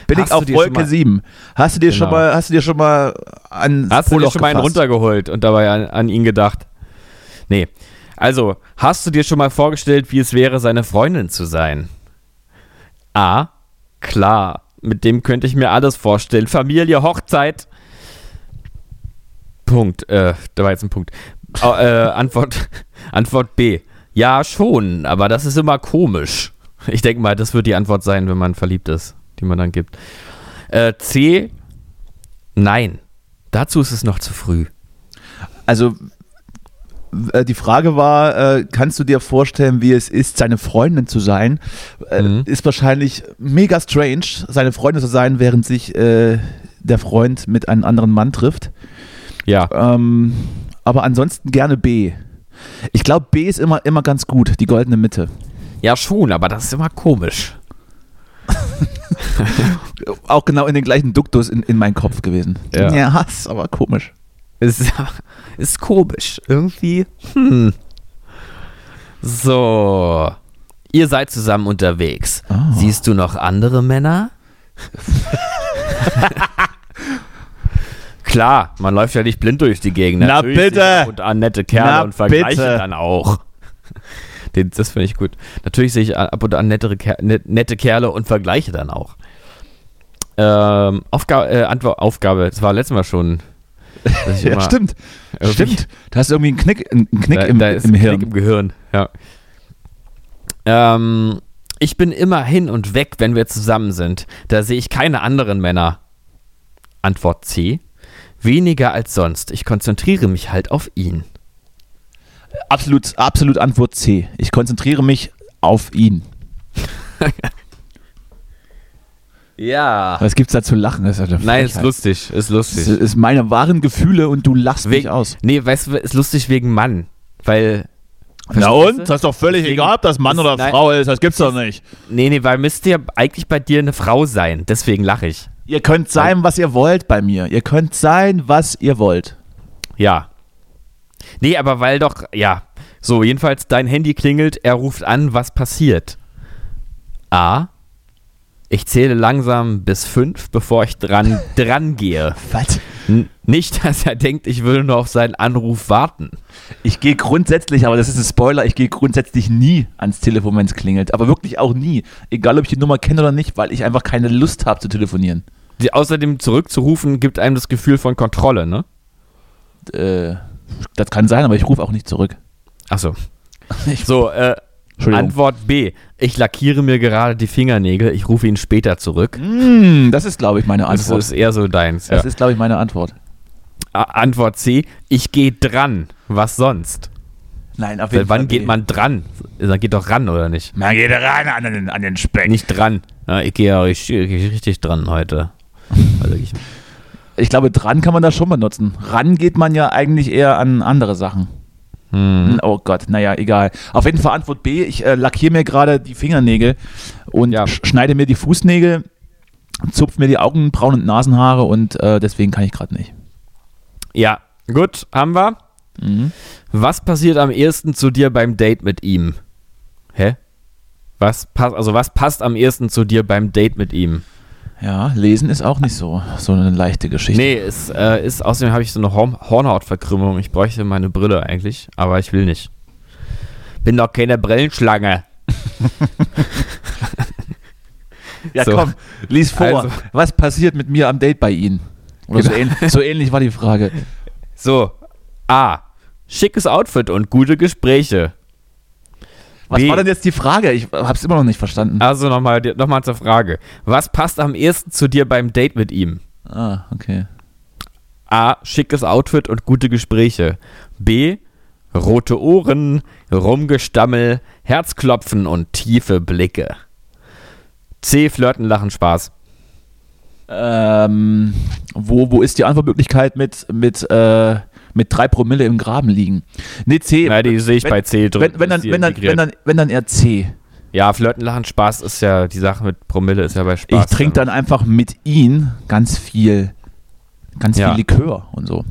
S4: Bin
S3: Hast
S4: ich
S3: du
S4: auf
S3: dir schon
S4: Wolke
S3: mal-
S4: 7? Hast du dir schon
S3: Genau.
S4: mal, hast du dir schon mal an
S3: Hast du dir schon mal einen runtergeholt und dabei an, an ihn gedacht? Nee. Also, hast du dir schon mal vorgestellt, wie es wäre, seine Freundin zu sein? A. Klar. Mit dem könnte ich mir alles vorstellen. Familie, Hochzeit. Punkt. Äh, da war jetzt ein Punkt. Au- äh, (laughs) Antwort, Antwort B. Ja, schon, aber das ist immer komisch. Ich denke mal, das wird die Antwort sein, wenn man verliebt ist, die man dann gibt. Äh, C. Nein. Dazu ist es noch zu früh.
S4: Also w- äh, die Frage war, äh, kannst du dir vorstellen, wie es ist, seine Freundin zu sein? Äh,
S3: Mhm.
S4: Ist wahrscheinlich mega strange, seine Freundin zu sein, während sich äh, der Freund mit einem anderen Mann trifft.
S3: Ja.
S4: Ähm, aber ansonsten gerne B. Ich glaube, B ist immer, immer ganz gut, die goldene Mitte.
S3: Ja, schon, aber das ist immer komisch.
S4: Auch genau in den gleichen Duktus in, in meinen Kopf gewesen.
S3: Ja.
S4: ist aber komisch.
S3: Ist, (laughs) ist komisch. Irgendwie. Hm. So. Ihr seid zusammen unterwegs.
S4: Ah.
S3: Siehst du noch andere Männer? (laughs) Klar, man läuft ja nicht blind durch die Gegend.
S4: Na
S3: sehe ich
S4: bitte.
S3: ab Und an nette Kerle
S4: Na
S3: und vergleiche
S4: bitte.
S3: dann auch. (laughs) Den, das finde ich gut. Natürlich sehe ich ab und an nettere Ker net, nette Kerle und vergleiche dann auch. Ähm, Aufgabe, äh, Antwort, Aufgabe, das war letztes Mal schon. dass ich
S4: (laughs) Ja,
S3: immer-
S4: stimmt.
S3: irgendwie-
S4: Stimmt. Da hast du irgendwie einen Knick, einen Knick
S3: da,
S4: im,
S3: da ist
S4: im
S3: ein
S4: Hirn.
S3: Knick im Gehirn, ja. Ähm, ich bin immer hin und weg, wenn wir zusammen sind. Da sehe ich keine anderen Männer. Antwort C. Weniger als sonst. Ich konzentriere mich halt auf ihn.
S4: Absolut, absolut Antwort C. Ich konzentriere mich auf ihn.
S3: Ja.
S4: Was gibt's da zu lachen? Das ist, ja eine
S3: Nein, ist
S4: Frechheit.
S3: lustig. Ist
S4: Das
S3: lustig.
S4: ist meine wahren Gefühle und du lachst mich
S3: Wegen,
S4: aus.
S3: Nee, weißt du, ist lustig wegen Mann. Weil.
S4: Na
S3: Verstehst du?
S4: ist doch völlig
S3: Deswegen-
S4: ob das Mann
S3: ist- nein.
S4: ist. Das gibt's doch nicht.
S3: Nee, nee, weil müsste ja eigentlich bei dir eine Frau sein. Deswegen lache ich.
S4: Ihr könnt sein, was ihr wollt bei mir. Ihr könnt sein, was ihr wollt.
S3: Ja. Nee, aber weil doch, ja. So, jedenfalls, dein Handy klingelt, er ruft an, was passiert? A. Ich zähle langsam bis fünf, bevor ich
S4: (laughs)
S3: dran, dran gehe.
S4: Was?
S3: N nicht, dass er denkt, ich will nur auf seinen Anruf warten.
S4: Ich gehe grundsätzlich, aber das ist ein Spoiler, ich gehe grundsätzlich nie ans Telefon, wenn es klingelt. Aber wirklich auch nie. Egal, ob ich die Nummer kenne oder nicht, weil ich einfach keine Lust habe zu telefonieren.
S3: Die, außerdem zurückzurufen, gibt einem das Gefühl von Kontrolle, ne?
S4: Äh, das kann sein, aber ich rufe auch
S3: (laughs)
S4: nicht zurück. Hm,
S3: Achso.
S4: Ich-
S3: So, äh,
S4: Entschuldigung.
S3: Antwort B. Ich lackiere mir gerade die Fingernägel, ich rufe ihn später zurück. Also,
S4: Hm, das ist, glaube ich, meine
S3: Das
S4: Antwort.
S3: ist eher so deins.
S4: Das ist, glaube ich, meine Antwort.
S3: A- Antwort C, ich gehe dran. Was sonst?
S4: Nein, auf
S3: Seit wann geht man dran? Man geht doch ran, oder nicht?
S4: Man geht ran an den, an den Speck.
S3: Nicht dran. Ja, ich gehe ja richtig, ich geh richtig dran heute. Also ich,
S4: Ich glaube, dran kann man das schon benutzen. Ran geht man ja eigentlich eher an andere Sachen. Hm, Oh Gott, naja, egal. Auf jeden Fall Antwort B. Ich äh, lackiere mir gerade die Fingernägel und
S3: Ja.
S4: sch- schneide mir die Fußnägel, zupfe mir die Augenbrauen und Nasenhaare und äh, deswegen kann ich gerade nicht.
S3: ja, gut, haben wir. Was passiert am ehesten zu dir beim Date mit ihm? Hä? Was passt, also was passt am ehesten zu dir beim Date mit ihm?
S4: Ja, lesen ist auch nicht so, so eine leichte Geschichte.
S3: Nee, es äh, ist, außerdem habe ich so eine Horn Hornhautverkrümmung. Ich bräuchte meine Brille eigentlich, aber ich will nicht. Bin doch keine Brillenschlange.
S4: Ja,
S3: So.
S4: komm, lies vor.
S3: Also- Genau.
S4: Was passiert mit mir am Date bei Ihnen? Oder so, ähn so ähnlich war
S3: (laughs)
S4: die Frage.
S3: So, A. Schickes Outfit und gute Gespräche.
S4: Was
S3: B.
S4: war denn jetzt die Frage? Ich hab's immer noch nicht verstanden.
S3: Also nochmal noch mal zur Frage. Was passt am ehesten zu dir beim Date mit ihm?
S4: Ah, okay.
S3: A. Schickes Outfit und gute Gespräche. B. Rote Ohren, Rumgestammel, Herzklopfen und tiefe Blicke. C. Flirten, Lachen, Spaß.
S4: Ähm, wo, wo ist die Antwortmöglichkeit mit, mit, äh, mit drei Promille im Graben liegen? Nee, C.
S3: Na, die sehe ich
S4: wenn-
S3: bei C drin.
S4: wenn, wenn,
S3: ist
S4: dann,
S3: die
S4: wenn, dann,
S3: integriert.
S4: wenn, dann, wenn dann eher C.
S3: ja, Flirten, Lachen, Spaß ist ja, die Sache mit Promille ist ja bei
S4: Ich
S3: Spaß. Also,
S4: trinke dann einfach mit ihm ganz viel, ganz
S3: Ja.
S4: viel Likör und so.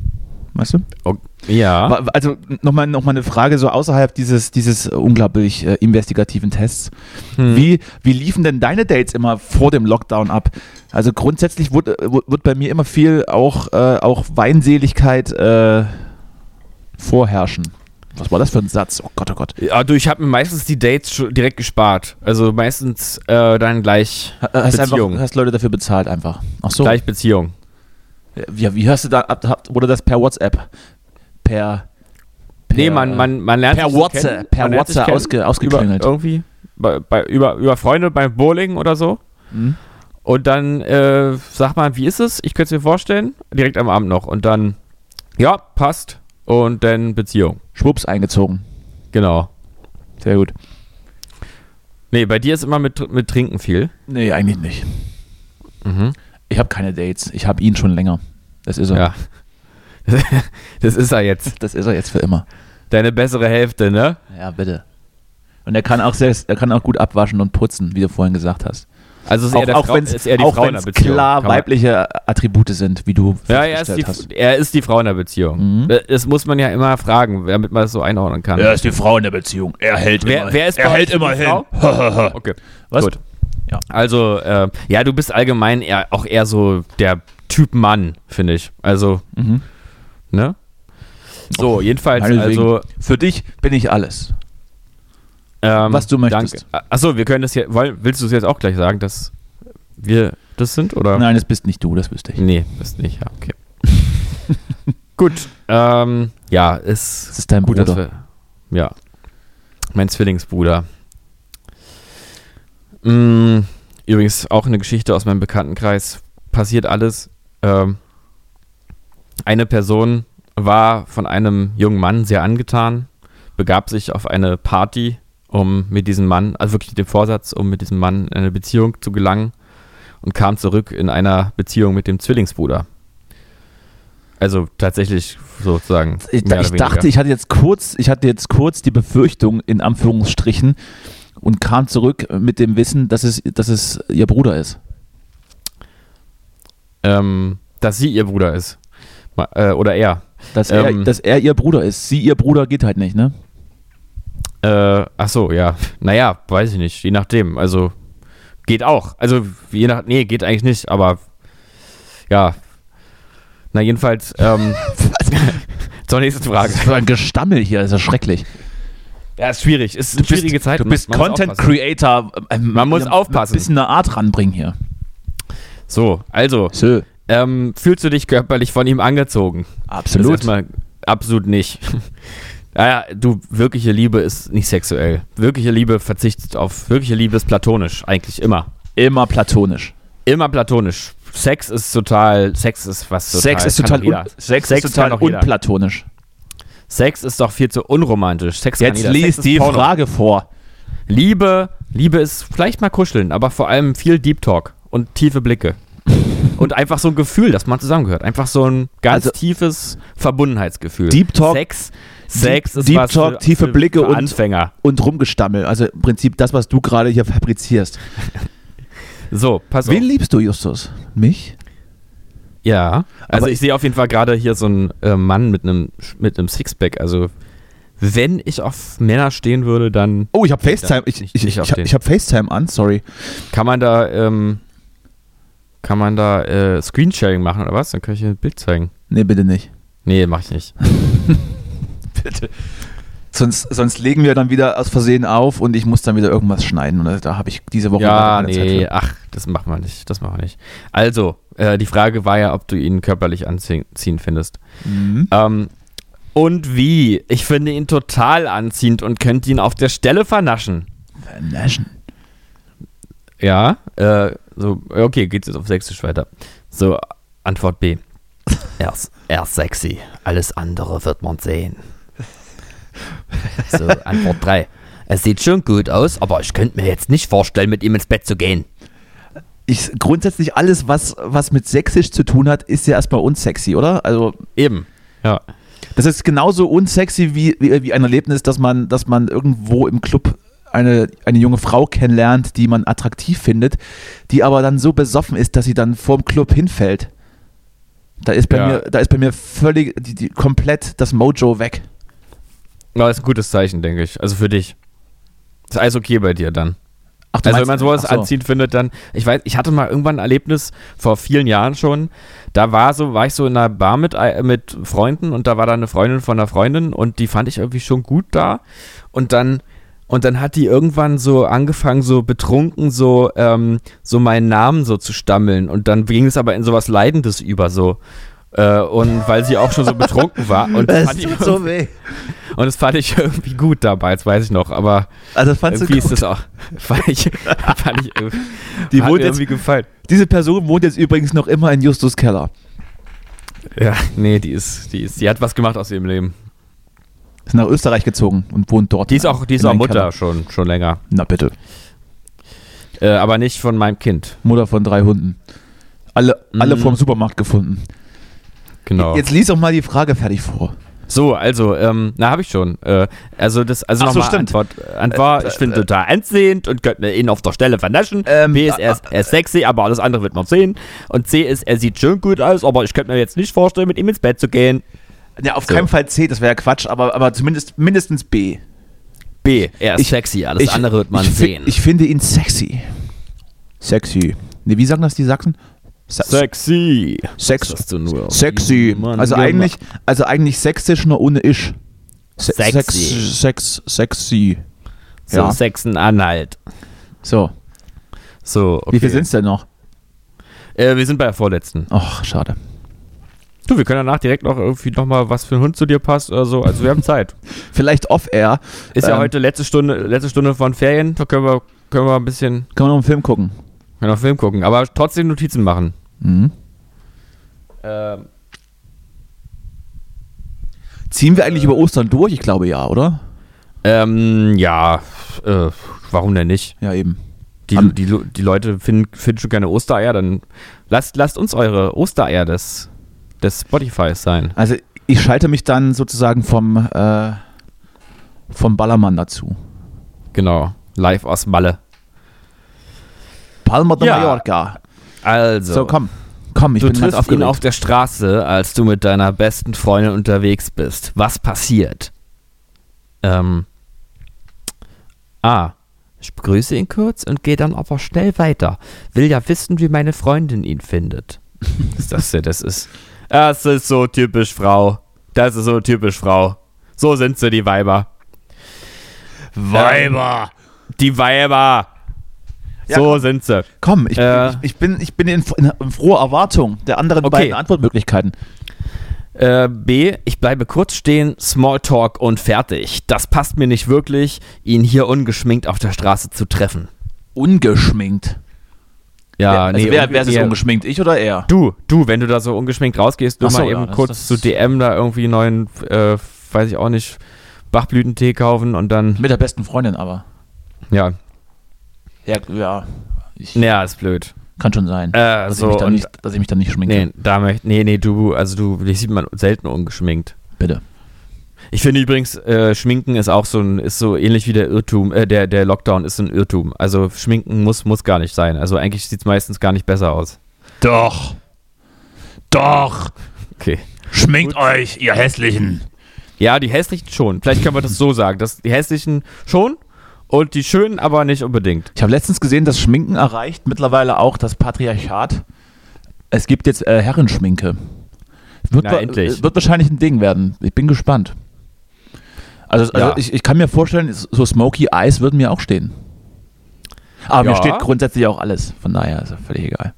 S4: weißt du?
S3: Oh, ja.
S4: Wa- Also nochmal noch mal eine Frage so außerhalb dieses, dieses unglaublich äh, investigativen Tests.
S3: Hm.
S4: Wie, wie liefen denn deine Dates immer vor dem Lockdown ab? Also grundsätzlich wird, wird bei mir immer viel auch, äh, auch Weinseligkeit äh, vorherrschen. Was war das für ein Satz? Oh Gott, oh Gott.
S3: Ja, Ah, du, ich habe mir meistens die Dates schon direkt gespart. Also meistens äh, dann gleich
S4: Hast, einfach,
S3: Beziehung.
S4: hast Leute dafür bezahlt einfach. Ach so.
S3: gleich Beziehung.
S4: Ja, wie hast du da, ab- habt- wurde das per WhatsApp? Per, per
S3: nee, man, man, man lernt
S4: per
S3: sich so
S4: WhatsApp,
S3: kennen.
S4: per
S3: Man lernt sich
S4: WhatsApp
S3: kennen.
S4: ausge,
S3: über,
S4: ausgeklingelt.
S3: irgendwie bei, bei, über, über Freunde beim Bowling oder so.
S4: Mhm.
S3: Und dann äh, sagt man, wie ist es? Ich könnte es mir vorstellen. Direkt am Abend noch. Und dann, ja, passt. Und dann Beziehung.
S4: Schwupps eingezogen.
S3: Genau.
S4: Sehr gut.
S3: Nee, bei dir ist immer mit, mit Trinken viel.
S4: Nee, eigentlich nicht.
S3: Mhm.
S4: Ich habe keine Dates. Ich habe ihn schon länger. Das ist er.
S3: Ja. (laughs) Das ist er jetzt.
S4: Das ist er jetzt für immer.
S3: Deine bessere Hälfte, ne?
S4: Ja, bitte. Und er kann auch selbst, er kann auch gut abwaschen und putzen, wie du vorhin gesagt hast.
S3: Also ist
S4: Auch,
S3: eher, der
S4: auch
S3: Frau,
S4: wenn's-
S3: ist eher die
S4: auch
S3: Frau in
S4: wenn
S3: der
S4: es
S3: Beziehung.
S4: klar
S3: Kann man-
S4: weibliche Attribute sind, wie du
S3: Ja, er ist,
S4: festgestellt
S3: die,
S4: hast.
S3: er ist die Frau in der Beziehung.
S4: Mhm.
S3: Das muss man ja immer fragen, damit man das so einordnen kann.
S4: Er ist die Frau in der Beziehung. Er hält
S3: Wer-
S4: immer
S3: wer ist
S4: Er
S3: bei
S4: hält
S3: euch
S4: immer
S3: die
S4: hin.
S3: Frau? Okay.
S4: (laughs) Was?
S3: Gut.
S4: Ja.
S3: Also, äh, ja, du bist allgemein eher, auch eher so der Typ Mann, finde ich. Also,
S4: Mhm.
S3: ne? So, jedenfalls,
S4: Meinetwegen.
S3: also.
S4: Für dich bin ich alles.
S3: Ähm,
S4: Was du möchtest.
S3: Danke. Achso, wir können das hier. Wollen, willst du es jetzt auch gleich sagen, dass wir das sind? Oder?
S4: Nein, das bist nicht du, das wüsste ich.
S3: Nee, bist nicht. Ja,
S4: (laughs)
S3: okay. Gut. Ähm, ja, ist.
S4: Das ist dein
S3: Gut, dass
S4: Bruder.
S3: wir, ja. Mein Zwillingsbruder. Mm, Übrigens auch eine Geschichte aus meinem Bekanntenkreis. Passiert alles. Ähm, eine Person war von einem jungen Mann sehr angetan, begab sich auf eine Party, um mit diesem Mann, also wirklich mit dem Vorsatz, um mit diesem Mann in eine Beziehung zu gelangen und kam zurück in einer Beziehung mit dem Zwillingsbruder. Also tatsächlich sozusagen.
S4: Ich,
S3: mehr
S4: ich
S3: oder weniger.
S4: dachte, ich hatte jetzt kurz, ich hatte jetzt kurz die Befürchtung in Anführungsstrichen und kam zurück mit dem Wissen, dass es, dass es ihr Bruder ist.
S3: ähm, dass sie ihr Bruder ist. Ma- Äh, oder er.
S4: Dass, er,
S3: Ähm.
S4: dass er ihr Bruder ist. Sie ihr Bruder geht halt nicht, ne?
S3: Äh, ach so, ja. Naja, weiß ich nicht. Je nachdem. Also, geht auch. Also, je nach. Nee, geht eigentlich nicht, aber. Ja. Na, jedenfalls.
S4: (laughs)
S3: Ähm, (laughs) zur nächsten Frage.
S4: Das ist so ein Gestammel hier, das ist ja schrecklich.
S3: Ja, ist schwierig. Ist eine schwierige Zeit.
S4: Du bist
S3: Man muss
S4: Content
S3: aufpassen.
S4: Creator. ähm,
S3: Man muss
S4: ähm,
S3: aufpassen.
S4: Ein bisschen eine Art ranbringen hier.
S3: So, also.
S4: So,
S3: Ähm, fühlst du dich körperlich von ihm angezogen? Das ist
S4: absolut.
S3: erstmal absolut nicht. (laughs) Naja, du, wirkliche Liebe ist nicht sexuell. Wirkliche Liebe verzichtet auf. Wirkliche Liebe ist platonisch, eigentlich immer.
S4: Immer platonisch.
S3: Immer platonisch. Sex ist total. Sex ist was total.
S4: Sex ist
S3: kann
S4: total,
S3: doch jeder.
S4: un Sex
S3: Sex
S4: ist total
S3: kann doch jeder.
S4: unplatonisch.
S3: Sex ist doch viel zu unromantisch. Sex kann
S4: Jetzt
S3: jeder. Sex
S4: lies
S3: ist
S4: die
S3: Porno.
S4: Frage vor.
S3: Liebe, Liebe ist vielleicht mal kuscheln, aber vor allem viel Deep Talk und tiefe Blicke.
S4: (laughs)
S3: Und einfach so ein Gefühl, dass man zusammengehört. Einfach so ein ganz
S4: Also-
S3: tiefes Verbundenheitsgefühl.
S4: Deep Talk-
S3: Sex, Sex
S4: Deep-
S3: ist
S4: Deep
S3: was
S4: Talk,
S3: für,
S4: tiefe
S3: für,
S4: Blicke
S3: für
S4: und-
S3: Anfänger.
S4: Und rumgestammel. Also im Prinzip das, was du gerade hier fabrizierst.
S3: So, pass auf.
S4: Wen liebst du, Justus? Mich?
S3: Ja, also
S4: Aber-
S3: ich sehe auf jeden Fall gerade hier so einen äh, Mann mit einem mit einem Sixpack. Also wenn ich auf Männer stehen würde, dann
S4: Oh, ich habe FaceTime. Ich,
S3: nicht-
S4: ich,
S3: nicht
S4: ich,
S3: auf
S4: ich, hab-
S3: den.
S4: ich habe FaceTime an, sorry.
S3: kann man da ähm, kann man da äh, Screensharing machen oder was? Dann kann ich hier ein Bild zeigen.
S4: Nee, bitte nicht.
S3: Nee, mach ich nicht.
S4: Bitte. Sonst, sonst legen wir dann wieder aus Versehen auf und ich muss dann wieder irgendwas schneiden. Und da habe ich diese Woche
S3: ja,
S4: gar keine Zeit
S3: nee,
S4: für.
S3: ach, das machen wir nicht, das machen wir nicht. Also, äh, die Frage war ja, ob du ihn körperlich anziehen findest.
S4: Mhm.
S3: Ähm, und wie? Ich finde ihn total anziehend und könnte ihn auf der Stelle vernaschen.
S4: Vernaschen.
S3: Ja, äh, so, okay, geht's jetzt auf Sächsisch weiter. So, Antwort (laughs) B. Er ist, er ist sexy. Alles andere wird man sehen. (laughs) So, Antwort 3. Es sieht schon gut aus, aber ich könnte mir jetzt nicht vorstellen, mit ihm ins Bett zu gehen.
S4: Ich, grundsätzlich alles, was, was mit sächsisch zu tun hat, ist ja erstmal unsexy, oder? Also
S3: Eben. Ja.
S4: Das ist genauso unsexy wie, wie, wie ein Erlebnis, dass man, dass man irgendwo im Club eine, eine junge Frau kennenlernt, die man attraktiv findet, die aber dann so besoffen ist, dass sie dann vorm Club hinfällt. Da ist bei
S3: Ja.
S4: mir, da ist bei mir völlig die, die, komplett das Mojo weg.
S3: Aber ist ein gutes Zeichen, denke ich. Also für dich. Ist alles okay bei dir dann.
S4: Ach, du
S3: Also wenn
S4: meinst-
S3: man sowas
S4: ach so.
S3: anziehend findet, dann. Ich weiß, ich hatte mal irgendwann ein Erlebnis vor vielen Jahren schon. Da war so, war ich so in einer Bar mit, ei- mit Freunden und da war da eine Freundin von einer Freundin und die fand ich irgendwie schon gut da. Und dann, und dann hat die irgendwann so angefangen, so betrunken, so, ähm, so meinen Namen so zu stammeln. Und dann ging es aber in sowas Leidendes über so. Äh, und weil sie auch schon so betrunken war. Und (laughs) das, fand ich, irgendwie-
S4: weh.
S3: und das fand ich irgendwie gut dabei, das weiß ich noch, aber
S4: Also das fandst du
S3: irgendwie ist
S4: gut.
S3: das auch. (laughs) Fand ich, fand ich irgendwie-
S4: Die
S3: hat
S4: wohnt
S3: mir
S4: jetzt-
S3: irgendwie gefallen.
S4: Diese Person wohnt jetzt übrigens noch immer in Justus Keller.
S3: Ja, nee, die ist, die ist, die hat was gemacht aus ihrem Leben.
S4: Ist nach Österreich gezogen und wohnt dort.
S3: Die ist auch, die ist
S4: In
S3: auch
S4: einem
S3: Mutter
S4: Keller.
S3: schon, schon länger.
S4: Na bitte.
S3: Äh, aber nicht von meinem Kind.
S4: Mutter von drei Hunden. Alle, alle
S3: Mhm.
S4: vom Supermarkt gefunden.
S3: Genau.
S4: Jetzt lies doch mal die Frage fertig vor.
S3: So, also, ähm, na, habe ich schon. Äh, also, das, also
S4: Ach so,
S3: nochmal
S4: stimmt. Äh,
S3: Antwort. Antwort ich finde total ansehend und könnte mir ihn auf der Stelle vernaschen.
S4: Ähm,
S3: B ist, er, ist, er ist sexy, aber alles andere wird man sehen. Und C ist, er sieht schön gut aus, aber ich könnte mir jetzt nicht vorstellen, mit ihm ins Bett zu gehen.
S4: Ja, auf keinen Fall C, das wäre ja Quatsch, aber, aber zumindest mindestens B.
S3: B, er ist
S4: Ich-
S3: sexy, alles
S4: Ich-
S3: andere wird man
S4: ich, fi-
S3: sehen.
S4: Ich finde ihn sexy. Sexy. Ne, wie sagen das die Sachsen? Se
S3: sexy.
S4: Sex.
S3: Sagst du nur. um
S4: Sexy.
S3: Mann,
S4: also
S3: Mann.
S4: eigentlich, also eigentlich sächsisch nur ohne Isch. Se
S3: Sexy.
S4: Sex, sex, sexy.
S3: So,
S4: ja.
S3: Sachsen-Anhalt.
S4: So,
S3: So, okay.
S4: wie viel sind's denn noch?
S3: Äh, wir sind bei der vorletzten.
S4: Ach, schade.
S3: Du, wir können danach direkt noch irgendwie nochmal, was für ein Hund zu dir passt oder so. Also, wir haben Zeit.
S4: Vielleicht off-air.
S3: (laughs) Ist ja
S4: Ähm,
S3: heute letzte Stunde, letzte Stunde von Ferien. Da können wir, können wir ein bisschen
S4: Können wir noch einen Film gucken?
S3: können noch Film gucken, aber trotzdem Notizen machen.
S4: Mhm.
S3: Ähm,
S4: Ziehen wir eigentlich über Ostern durch? Ich glaube ja, oder?
S3: ähm, ja, äh, warum denn nicht?
S4: Ja, eben.
S3: Die,
S4: Am-
S3: die, die Leute finden, finden schon keine Ostereier, dann lasst, lasst uns eure Ostereier des, des Spotifys sein.
S4: Also ich schalte mich dann sozusagen vom, äh, vom Ballermann dazu.
S3: Genau. Live aus Malle.
S4: Palma de
S3: Ja.
S4: Mallorca.
S3: Also,
S4: So, komm. Komm, ich
S3: du
S4: bin ganz
S3: triffst ihn
S4: aufgeregt.
S3: auf der Straße, als du mit deiner besten Freundin unterwegs bist. Was passiert? Ähm. A. Ich begrüße ihn kurz und gehe dann aber schnell weiter. Will ja wissen, wie meine Freundin ihn
S4: (laughs)
S3: findet. ist das denn? Das ist. Das ist so typisch Frau. Das ist so typisch Frau. So sind sie, die Weiber. Weiber! Die Weiber!
S4: Ja,
S3: so
S4: komm.
S3: sind sie.
S4: Komm, ich,
S3: Äh.
S4: ich, ich bin, ich bin in, in, in froher Erwartung der anderen
S3: Okay.
S4: beiden Antwortmöglichkeiten.
S3: Äh, B, ich bleibe kurz stehen, Smalltalk und fertig. Das passt mir nicht wirklich, ihn hier ungeschminkt auf der Straße zu treffen.
S4: Ungeschminkt.
S3: Ja,
S4: also wer, wer ist es
S3: eher-
S4: ungeschminkt? Ich oder er?
S3: Du, du, wenn du da so ungeschminkt rausgehst, nur
S4: Ach so,
S3: mal
S4: ja,
S3: eben
S4: das-
S3: kurz
S4: das-
S3: zu DM da irgendwie neuen, äh, weiß ich auch nicht, Bachblütentee kaufen und dann,
S4: Mit der besten Freundin aber.
S3: ja,
S4: Ja, ja. Ich,
S3: naja, ist blöd.
S4: Kann schon sein.
S3: Äh,
S4: dass,
S3: so,
S4: ich mich dann
S3: und-
S4: nicht, dass ich mich dann nicht schminke.
S3: Nee, da möchte, nee, nee, du, also du, dich sieht man selten ungeschminkt.
S4: Bitte.
S3: Ich finde übrigens, äh, Schminken ist auch so ein, ist so ähnlich wie der Irrtum, äh, der, der Lockdown ist ein Irrtum. Also Schminken muss, muss gar nicht sein. Also eigentlich sieht es meistens gar nicht besser aus.
S2: Doch. Doch.
S3: Okay.
S2: Schminkt euch, ihr Hässlichen.
S3: Ja, die hässlichen schon. Vielleicht können wir das
S4: (laughs)
S3: so sagen. Dass die hässlichen schon und die schönen aber nicht unbedingt.
S4: Ich habe letztens gesehen, dass Schminken erreicht mittlerweile auch das Patriarchat. Es gibt jetzt äh, Herrenschminke. Wird,
S3: Na,
S4: wa-
S3: endlich.
S4: äh, wird wahrscheinlich ein Ding werden. Ich bin gespannt. Also, also
S3: Ja.
S4: ich, ich kann mir vorstellen, so Smoky Eyes würden mir auch stehen. Aber mir
S3: Ja.
S4: steht grundsätzlich auch alles. Von daher ist ja völlig
S3: (laughs)
S4: egal.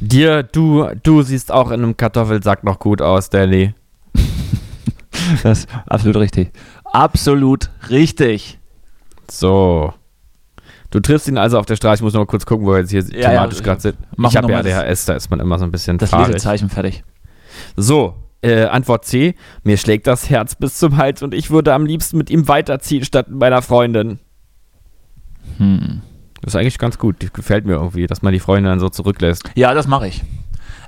S3: Dir, du, du siehst auch in einem Kartoffelsack noch gut aus, Danny.
S4: Das ist absolut richtig. Absolut richtig.
S3: So. Du triffst ihn also auf der Straße. Ich muss noch mal kurz gucken, wo wir jetzt hier
S4: ja,
S3: thematisch
S4: ich-
S3: gerade sind.
S4: mach
S3: Ich habe
S4: noch
S3: ja
S4: mal das-
S3: DHS, da ist man immer so ein bisschen
S4: Das
S3: fahrig.
S4: Lesezeichen fertig.
S3: So, äh, Antwort C. Mir schlägt das Herz bis zum Hals und ich würde am liebsten mit ihm weiterziehen statt mit meiner Freundin.
S4: Hm.
S3: Das ist eigentlich ganz gut. Die gefällt mir irgendwie, dass man die Freundin dann so zurücklässt.
S4: Ja, das mache ich.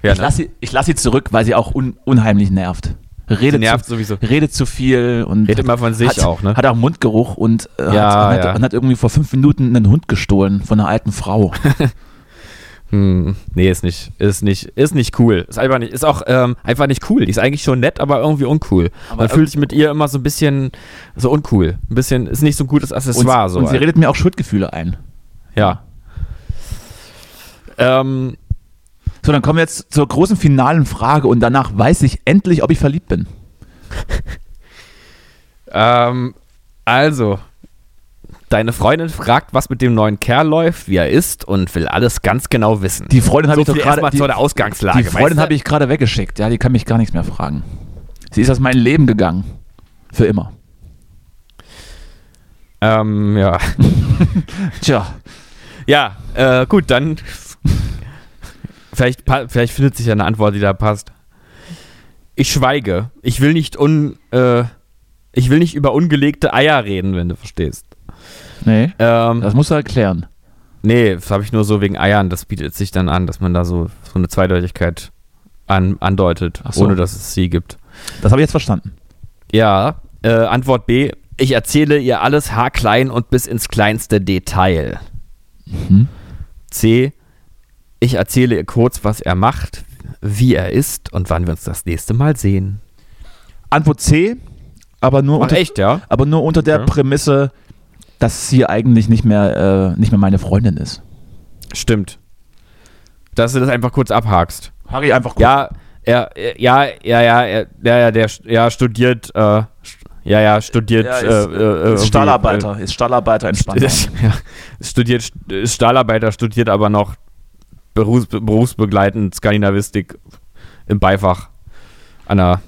S3: Ja,
S4: ich
S3: ne?
S4: lasse sie, ich lass sie zurück, weil sie auch un, unheimlich nervt.
S3: Die
S4: Redet
S3: nervt
S4: zu,
S3: sowieso.
S4: redet zu viel und
S3: Redet immer von sich
S4: hat,
S3: auch, ne?
S4: hat auch Mundgeruch und, äh,
S3: Ja,
S4: hat, und,
S3: ja. (laughs)
S4: hat, und hat irgendwie vor fünf Minuten einen Hund gestohlen von einer alten Frau.
S3: Hm, nee, ist nicht, ist nicht, ist nicht cool. Ist einfach nicht, ist auch ähm, einfach nicht cool. Die ist eigentlich schon nett, aber irgendwie uncool. Man fühlt sich mit ihr immer so ein bisschen so uncool. Ein bisschen, ist nicht so ein gutes
S4: Und,
S3: Accessoire. so halt.
S4: und sie redet mir auch Schuldgefühle ein.
S3: ja. Ähm,
S4: So, dann kommen wir jetzt zur großen finalen Frage und danach weiß ich endlich, ob ich verliebt bin.
S3: ähm, also, deine Freundin fragt, was mit dem neuen Kerl läuft, wie er ist und will alles ganz genau wissen.
S4: Die Freundin habe
S3: so
S4: ich doch
S3: viel
S4: gerade.
S3: erstmal
S4: Die,
S3: zu der Ausgangslage.
S4: die Freundin
S3: weißt du?
S4: habe ich gerade weggeschickt. Ja, die kann mich gar nichts mehr fragen. Sie ist aus meinem Leben gegangen. Für immer.
S3: Ähm, ja. (laughs)
S4: Tja,
S3: Ja, äh, gut, dann. (laughs) vielleicht, pa- vielleicht findet sich ja eine Antwort, die da passt. Ich schweige. Ich will nicht un. Äh, ich will nicht über ungelegte Eier reden, wenn du verstehst.
S4: nee,
S3: Ähm,
S4: das musst du erklären.
S3: nee, das habe ich nur so wegen Eiern. Das bietet sich dann an, dass man da so, so eine Zweideutigkeit an, andeutet,
S4: Ach so.
S3: ohne dass es sie gibt.
S4: Das habe ich jetzt verstanden.
S3: Ja, äh, Antwort B. Ich erzähle ihr alles haarklein und bis ins kleinste Detail.
S4: Mhm.
S3: C. Ich erzähle ihr kurz, was er macht, wie er ist und wann wir uns das nächste Mal sehen.
S4: Antwort C, aber nur, unter,
S3: echt, ja?
S4: aber nur unter der
S3: Ja.
S4: Prämisse, dass sie eigentlich nicht mehr, äh, nicht mehr meine Freundin ist.
S3: Stimmt. Dass du das einfach kurz abhakst.
S4: Harry einfach gut.
S3: Ja, er, er- ja, ja, ja, er- ja, ja, der st- ja, studiert, äh, st- ja, ja, studiert.
S4: Ja, ist-
S3: äh, äh,
S4: ist
S3: irgendwie,
S4: Stahlarbeiter, ist Stahlarbeiter in
S3: Äh, (laughs)
S4: Spanien.
S3: ja, studiert, st- ist Stahlarbeiter, studiert aber noch Berufs, berufsbegleitend Skandinavistik im Beifach an einer,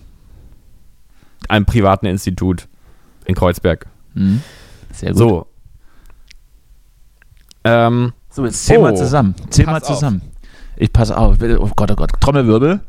S3: einem privaten Institut in Kreuzberg.
S4: Mhm. Sehr gut.
S3: So. Ähm,
S4: So, jetzt zähl mal
S3: Oh.
S4: zusammen. Zähl mal
S3: Pass auf.
S4: zusammen. Ich passe auf. Bitte. Oh Gott, oh Gott. Trommelwirbel.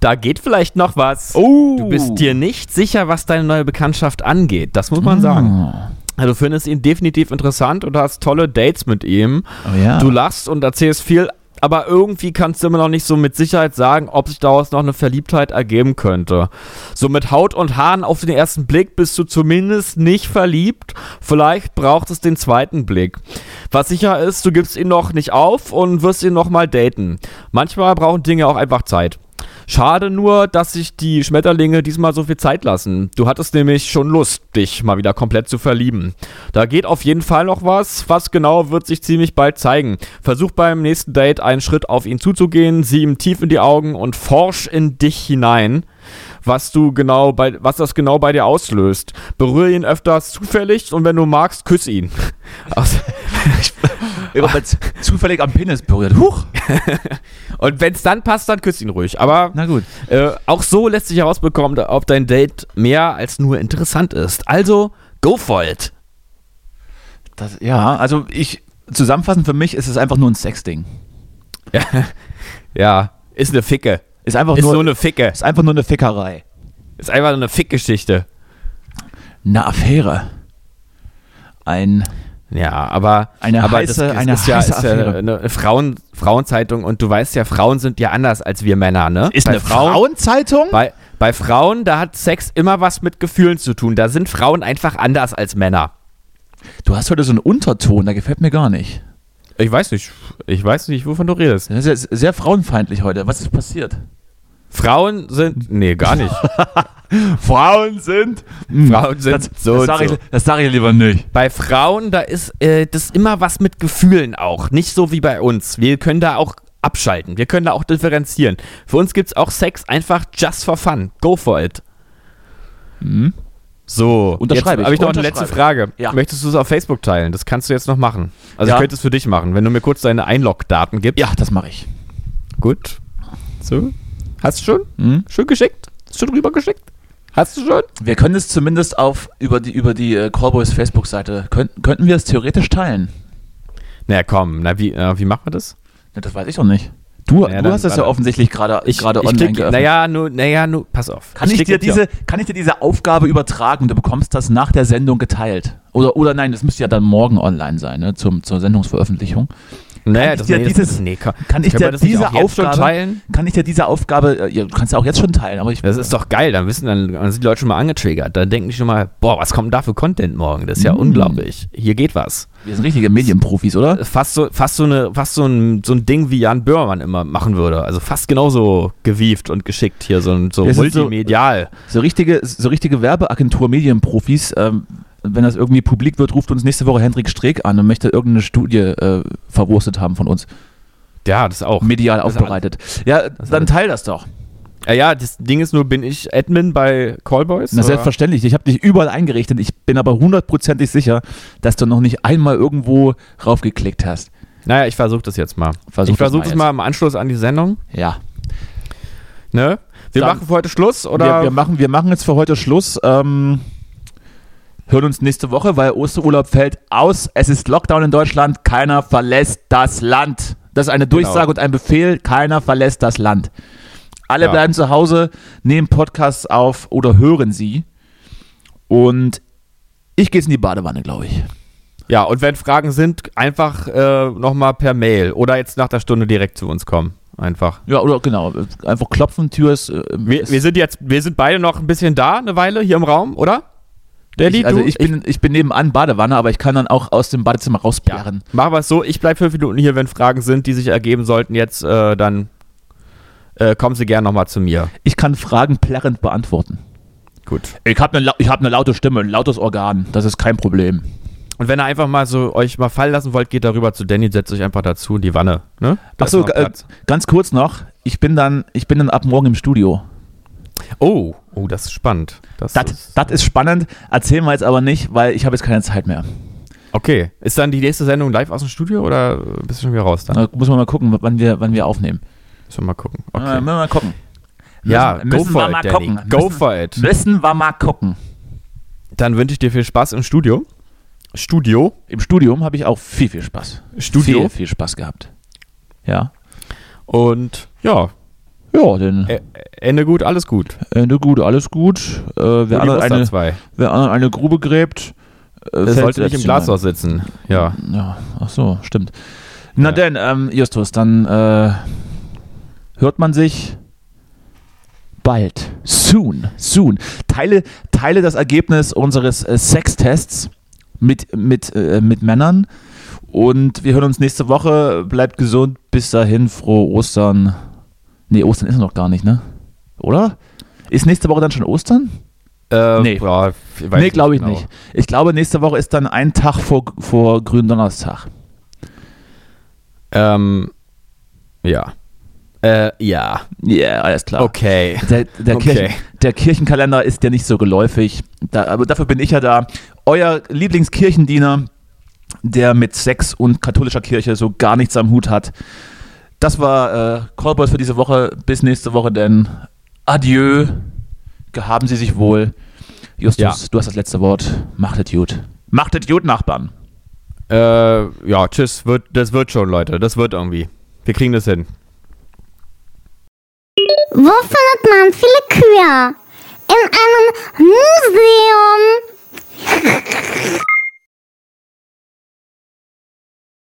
S3: da geht vielleicht noch was.
S4: Oh.
S3: Du bist dir nicht sicher, was deine neue Bekanntschaft angeht. Das muss man sagen.
S4: Ah. Oh,
S3: Also, Du findest ihn definitiv interessant und hast tolle Dates mit ihm.
S4: Oh ja.
S3: Du lachst und erzählst viel, aber irgendwie kannst du immer noch nicht so mit Sicherheit sagen, ob sich daraus noch eine Verliebtheit ergeben könnte. So mit Haut und Haaren auf den ersten Blick bist du zumindest nicht verliebt. Vielleicht braucht es den zweiten Blick. Was sicher ist, du gibst ihn noch nicht auf und wirst ihn nochmal daten. Manchmal brauchen Dinge auch einfach Zeit. Schade nur, dass sich die Schmetterlinge diesmal so viel Zeit lassen. Du hattest nämlich schon Lust, dich mal wieder komplett zu verlieben. Da geht auf jeden Fall noch was. Was genau wird sich ziemlich bald zeigen. Versuch beim nächsten Date einen Schritt auf ihn zuzugehen, sieh ihm tief in die Augen und forsch in dich hinein, was du genau bei, was das genau bei dir auslöst. Berühre ihn öfters zufällig und wenn du magst, küss ihn. (laughs) Also, Aus-
S4: Übrigens, (laughs) zufällig am Penis berührt. Huch.
S3: Und wenn es dann passt, dann küss ihn ruhig. Aber
S4: Na gut.
S3: Äh, auch so lässt sich herausbekommen, ob dein Date mehr als nur interessant ist. Also, go for it.
S4: Das, ja, also ich. Zusammenfassend für mich ist es einfach nur ein Sexding.
S3: Ja, ist eine Ficke.
S4: Ist einfach,
S3: Ist
S4: nur,
S3: so eine Ficke.
S4: ist einfach nur eine Fickerei.
S3: Ist einfach eine Fickgeschichte.
S4: Eine Affäre. Ein.
S3: Ja, aber,
S4: Eine
S3: aber
S4: heiße- eine
S3: ist ja,
S4: heiße
S3: ist ja
S4: Affäre.
S3: eine Frauen, Frauenzeitung und du weißt ja, Frauen sind ja anders als wir Männer, ne?
S4: Ist eine Frauenzeitung?
S3: Bei, bei Frauen, da hat Sex immer was mit Gefühlen zu tun. Da sind Frauen einfach anders als Männer.
S4: Du hast heute so einen Unterton, der gefällt mir gar nicht.
S3: Ich weiß nicht, ich weiß nicht, wovon du redest.
S4: Das ist ja sehr frauenfeindlich heute. Was ist passiert?
S3: Frauen sind, nee, gar
S4: (laughs)
S3: nicht.
S4: Frauen sind.
S3: Frauen sind
S4: Das,
S3: so
S4: das
S3: und
S4: sage
S3: so.
S4: ich, das sag ich lieber nicht.
S3: Bei Frauen, da ist äh, das immer was mit Gefühlen auch. Nicht so wie bei uns. Wir können da auch abschalten. Wir können da auch differenzieren. Für uns gibt es auch Sex einfach just for fun. Go for it. So,
S4: Mhm. Unterschreibe ich,
S3: habe ich noch eine letzte
S4: unterschreibe
S3: Frage.
S4: Ja.
S3: Möchtest du es auf Facebook teilen? Das kannst du jetzt noch machen. Also
S4: Ja.
S3: ich könnte es für dich machen, wenn du mir kurz deine Einlog-Daten gibst.
S4: Ja, das mache ich.
S3: Gut. So. Hast du schon?
S4: Mhm.
S3: Schon geschickt? Schon rübergeschickt? Hast du schon?
S4: Wir können es zumindest auf über die über die äh, Callboys Facebook-Seite könnten könnten wir es theoretisch teilen.
S3: Na komm, na wie, äh, wie machen wir das?
S4: Ne, das weiß ich doch nicht. Du,
S3: Naja,
S4: du
S3: dann-
S4: hast das ja
S3: warte.
S4: offensichtlich gerade
S3: Ich-
S4: gerade
S3: ich
S4: online
S3: klicke-
S4: geöffnet.
S3: Naja, nur, naja, nur, pass auf.
S4: kann ich,
S3: klicke
S4: dir
S3: jetzt hier
S4: diese kann ich dir diese Aufgabe übertragen und du bekommst das nach der Sendung geteilt? Oder oder nein, das müsste ja dann morgen online sein, ne, zum zur Sendungsveröffentlichung.
S3: Naja,
S4: ich
S3: das,
S4: dir
S3: nee, das,
S4: dieses-
S3: nee, kann,
S4: Kann ich
S3: können wir
S4: dir
S3: das nicht
S4: diese
S3: auch jetzt schon
S4: Aufgabe
S3: teilen?
S4: Kann ich dir diese Aufgabe, äh, ja, du kannst ja auch jetzt schon teilen, aber ich
S3: Das ist doch geil, dann wissen dann, dann sind die Leute schon mal angetriggert. Dann denken die schon mal, boah, was kommt denn da für Content morgen? Das ist ja
S4: Mm.
S3: unglaublich. Hier geht was.
S4: wir sind richtige Medienprofis, oder?
S3: Fast so, fast so eine, fast so ein, so ein Ding wie Jan Böhmermann immer machen würde. Also fast genauso gewieft und geschickt hier, so, ein- so
S4: Wir sind so-
S3: multimedial.
S4: So richtige, so richtige Werbeagentur Medienprofis, ähm, wenn das irgendwie publik wird, ruft uns nächste Woche Hendrik Streeck an und möchte irgendeine Studie äh, verwurstet haben von uns.
S3: ja, das auch.
S4: Medial
S3: Das ist
S4: aufbereitet. Ja, dann teil Also, das doch.
S3: Ja, Äh, ja, das Ding ist nur, bin ich Admin bei Callboys?
S4: Na,
S3: oder?
S4: selbstverständlich. Ich habe dich überall eingerichtet. Ich bin aber hundertprozentig sicher, dass du noch nicht einmal irgendwo raufgeklickt hast.
S3: Naja, ich versuche das jetzt mal.
S4: Versuch
S3: ich
S4: das
S3: versuche
S4: mal
S3: das mal im Anschluss an die Sendung.
S4: Ja.
S3: Ne? Wir
S4: Dann-
S3: machen für heute Schluss
S4: Wir,
S3: oder?
S4: wir, machen, wir machen jetzt für heute Schluss. Ähm, hören uns nächste Woche, weil Osterurlaub fällt aus. Es ist Lockdown in Deutschland. Keiner verlässt das Land. Das ist eine
S3: Genau.
S4: Durchsage und ein Befehl. Keiner verlässt das Land. Alle
S3: Ja.
S4: bleiben zu Hause, nehmen Podcasts auf oder hören sie. Und ich gehe jetzt in die Badewanne, glaube ich.
S3: ja, und wenn Fragen sind, einfach äh, nochmal per Mail oder jetzt nach der Stunde direkt zu uns kommen. Einfach.
S4: Ja, oder genau. Einfach klopfen, Tür ist. äh,
S3: Wir,
S4: ist-
S3: wir sind jetzt, wir sind beide noch ein bisschen da, eine Weile hier im Raum, oder? Daddy,
S4: ich, also
S3: du?
S4: ich bin, ich bin nebenan Badewanne, aber ich kann dann auch aus dem Badezimmer
S3: ja.
S4: rausplären.
S3: Machen wir es so, ich bleibe fünf Minuten hier, wenn Fragen sind, die sich ergeben sollten jetzt, äh, dann äh, kommen sie gerne nochmal zu mir.
S4: Ich kann Fragen plärrend beantworten.
S3: Gut.
S4: Ich habe eine, hab eine laute Stimme, ein lautes Organ. Das ist kein Problem.
S3: Und wenn ihr einfach mal so euch mal fallen lassen wollt, geht darüber zu Danny, setzt euch einfach dazu in die Wanne. Ne? Da ist
S4: Achso,
S3: noch Platz.
S4: äh, ganz kurz noch. Ich bin, dann, ich bin dann ab morgen im Studio.
S3: Oh, oh, das ist spannend. Das,
S4: Das,
S3: ist,
S4: das ist spannend. Erzählen wir jetzt aber nicht, weil ich habe jetzt keine Zeit mehr.
S3: okay. Ist dann die nächste Sendung live aus dem Studio oder bist du schon wieder raus dann?
S4: Da Äh, muss man mal gucken, wann wir, wann wir aufnehmen.
S3: Müssen wir mal gucken.
S4: Äh,
S3: Okay.
S4: wir mal gucken.
S3: Ja,
S4: müssen-
S3: go
S4: müssen
S3: for
S4: wir
S3: it,
S4: mal
S3: Danny.
S4: gucken.
S3: Go
S4: Müssen- Ne?
S3: for it.
S4: Müssen wir mal gucken.
S3: Dann wünsche ich dir viel Spaß im Studio. Studio.
S4: Im Studium habe ich auch viel, viel Spaß.
S3: Studio.
S4: Viel, viel Spaß gehabt. Ja. Äh,
S3: Und ja,
S4: Ja, dann
S3: Ä- Ende gut, alles gut.
S4: Ende gut, alles gut. Äh, wer,
S3: Rudi
S4: anderen
S3: Mustard
S4: eine,
S3: zwei.
S4: wer anderen eine Grube gräbt, äh,
S3: Das
S4: fällt
S3: sollte nicht im
S4: selbst hinein.
S3: Glashaus sitzen. Ja.
S4: Ja, ach so, stimmt. Na
S3: Ja.
S4: denn, ähm, Justus, dann äh, hört man sich bald. Soon, soon. Teile, teile das Ergebnis unseres äh, Sextests mit, mit, äh, mit Männern. Und wir hören uns nächste Woche. Bleibt gesund. Bis dahin, frohe Ostern. Nee, Ostern ist noch gar nicht, ne? Oder? Ist nächste Woche dann schon Ostern?
S3: Äh,
S4: Nee.
S3: boah, weiß
S4: nee, glaube ich
S3: genau.
S4: nicht. Ich glaube, nächste Woche ist dann ein Tag vor, vor Gründonnerstag.
S3: Ähm, ja. Äh, ja.
S4: Ja, alles klar. (laughs)
S3: Okay.
S4: Der, der,
S3: Okay.
S4: Kirchen, der Kirchenkalender ist ja nicht so geläufig. Da, aber dafür bin ich ja da. Euer Lieblingskirchendiener, der mit Sex und katholischer Kirche so gar nichts am Hut hat. Das war äh, Callboys für diese Woche. Bis nächste Woche, denn adieu. Gehaben Sie sich wohl. Justus,
S3: Ja.
S4: du hast das letzte Wort. Macht es gut. Macht es gut, Nachbarn.
S3: Äh, ja, tschüss. Wird, das wird schon, Leute. Das wird irgendwie. Wir kriegen das hin.
S5: Wo findet man viele Kühe? In einem Museum.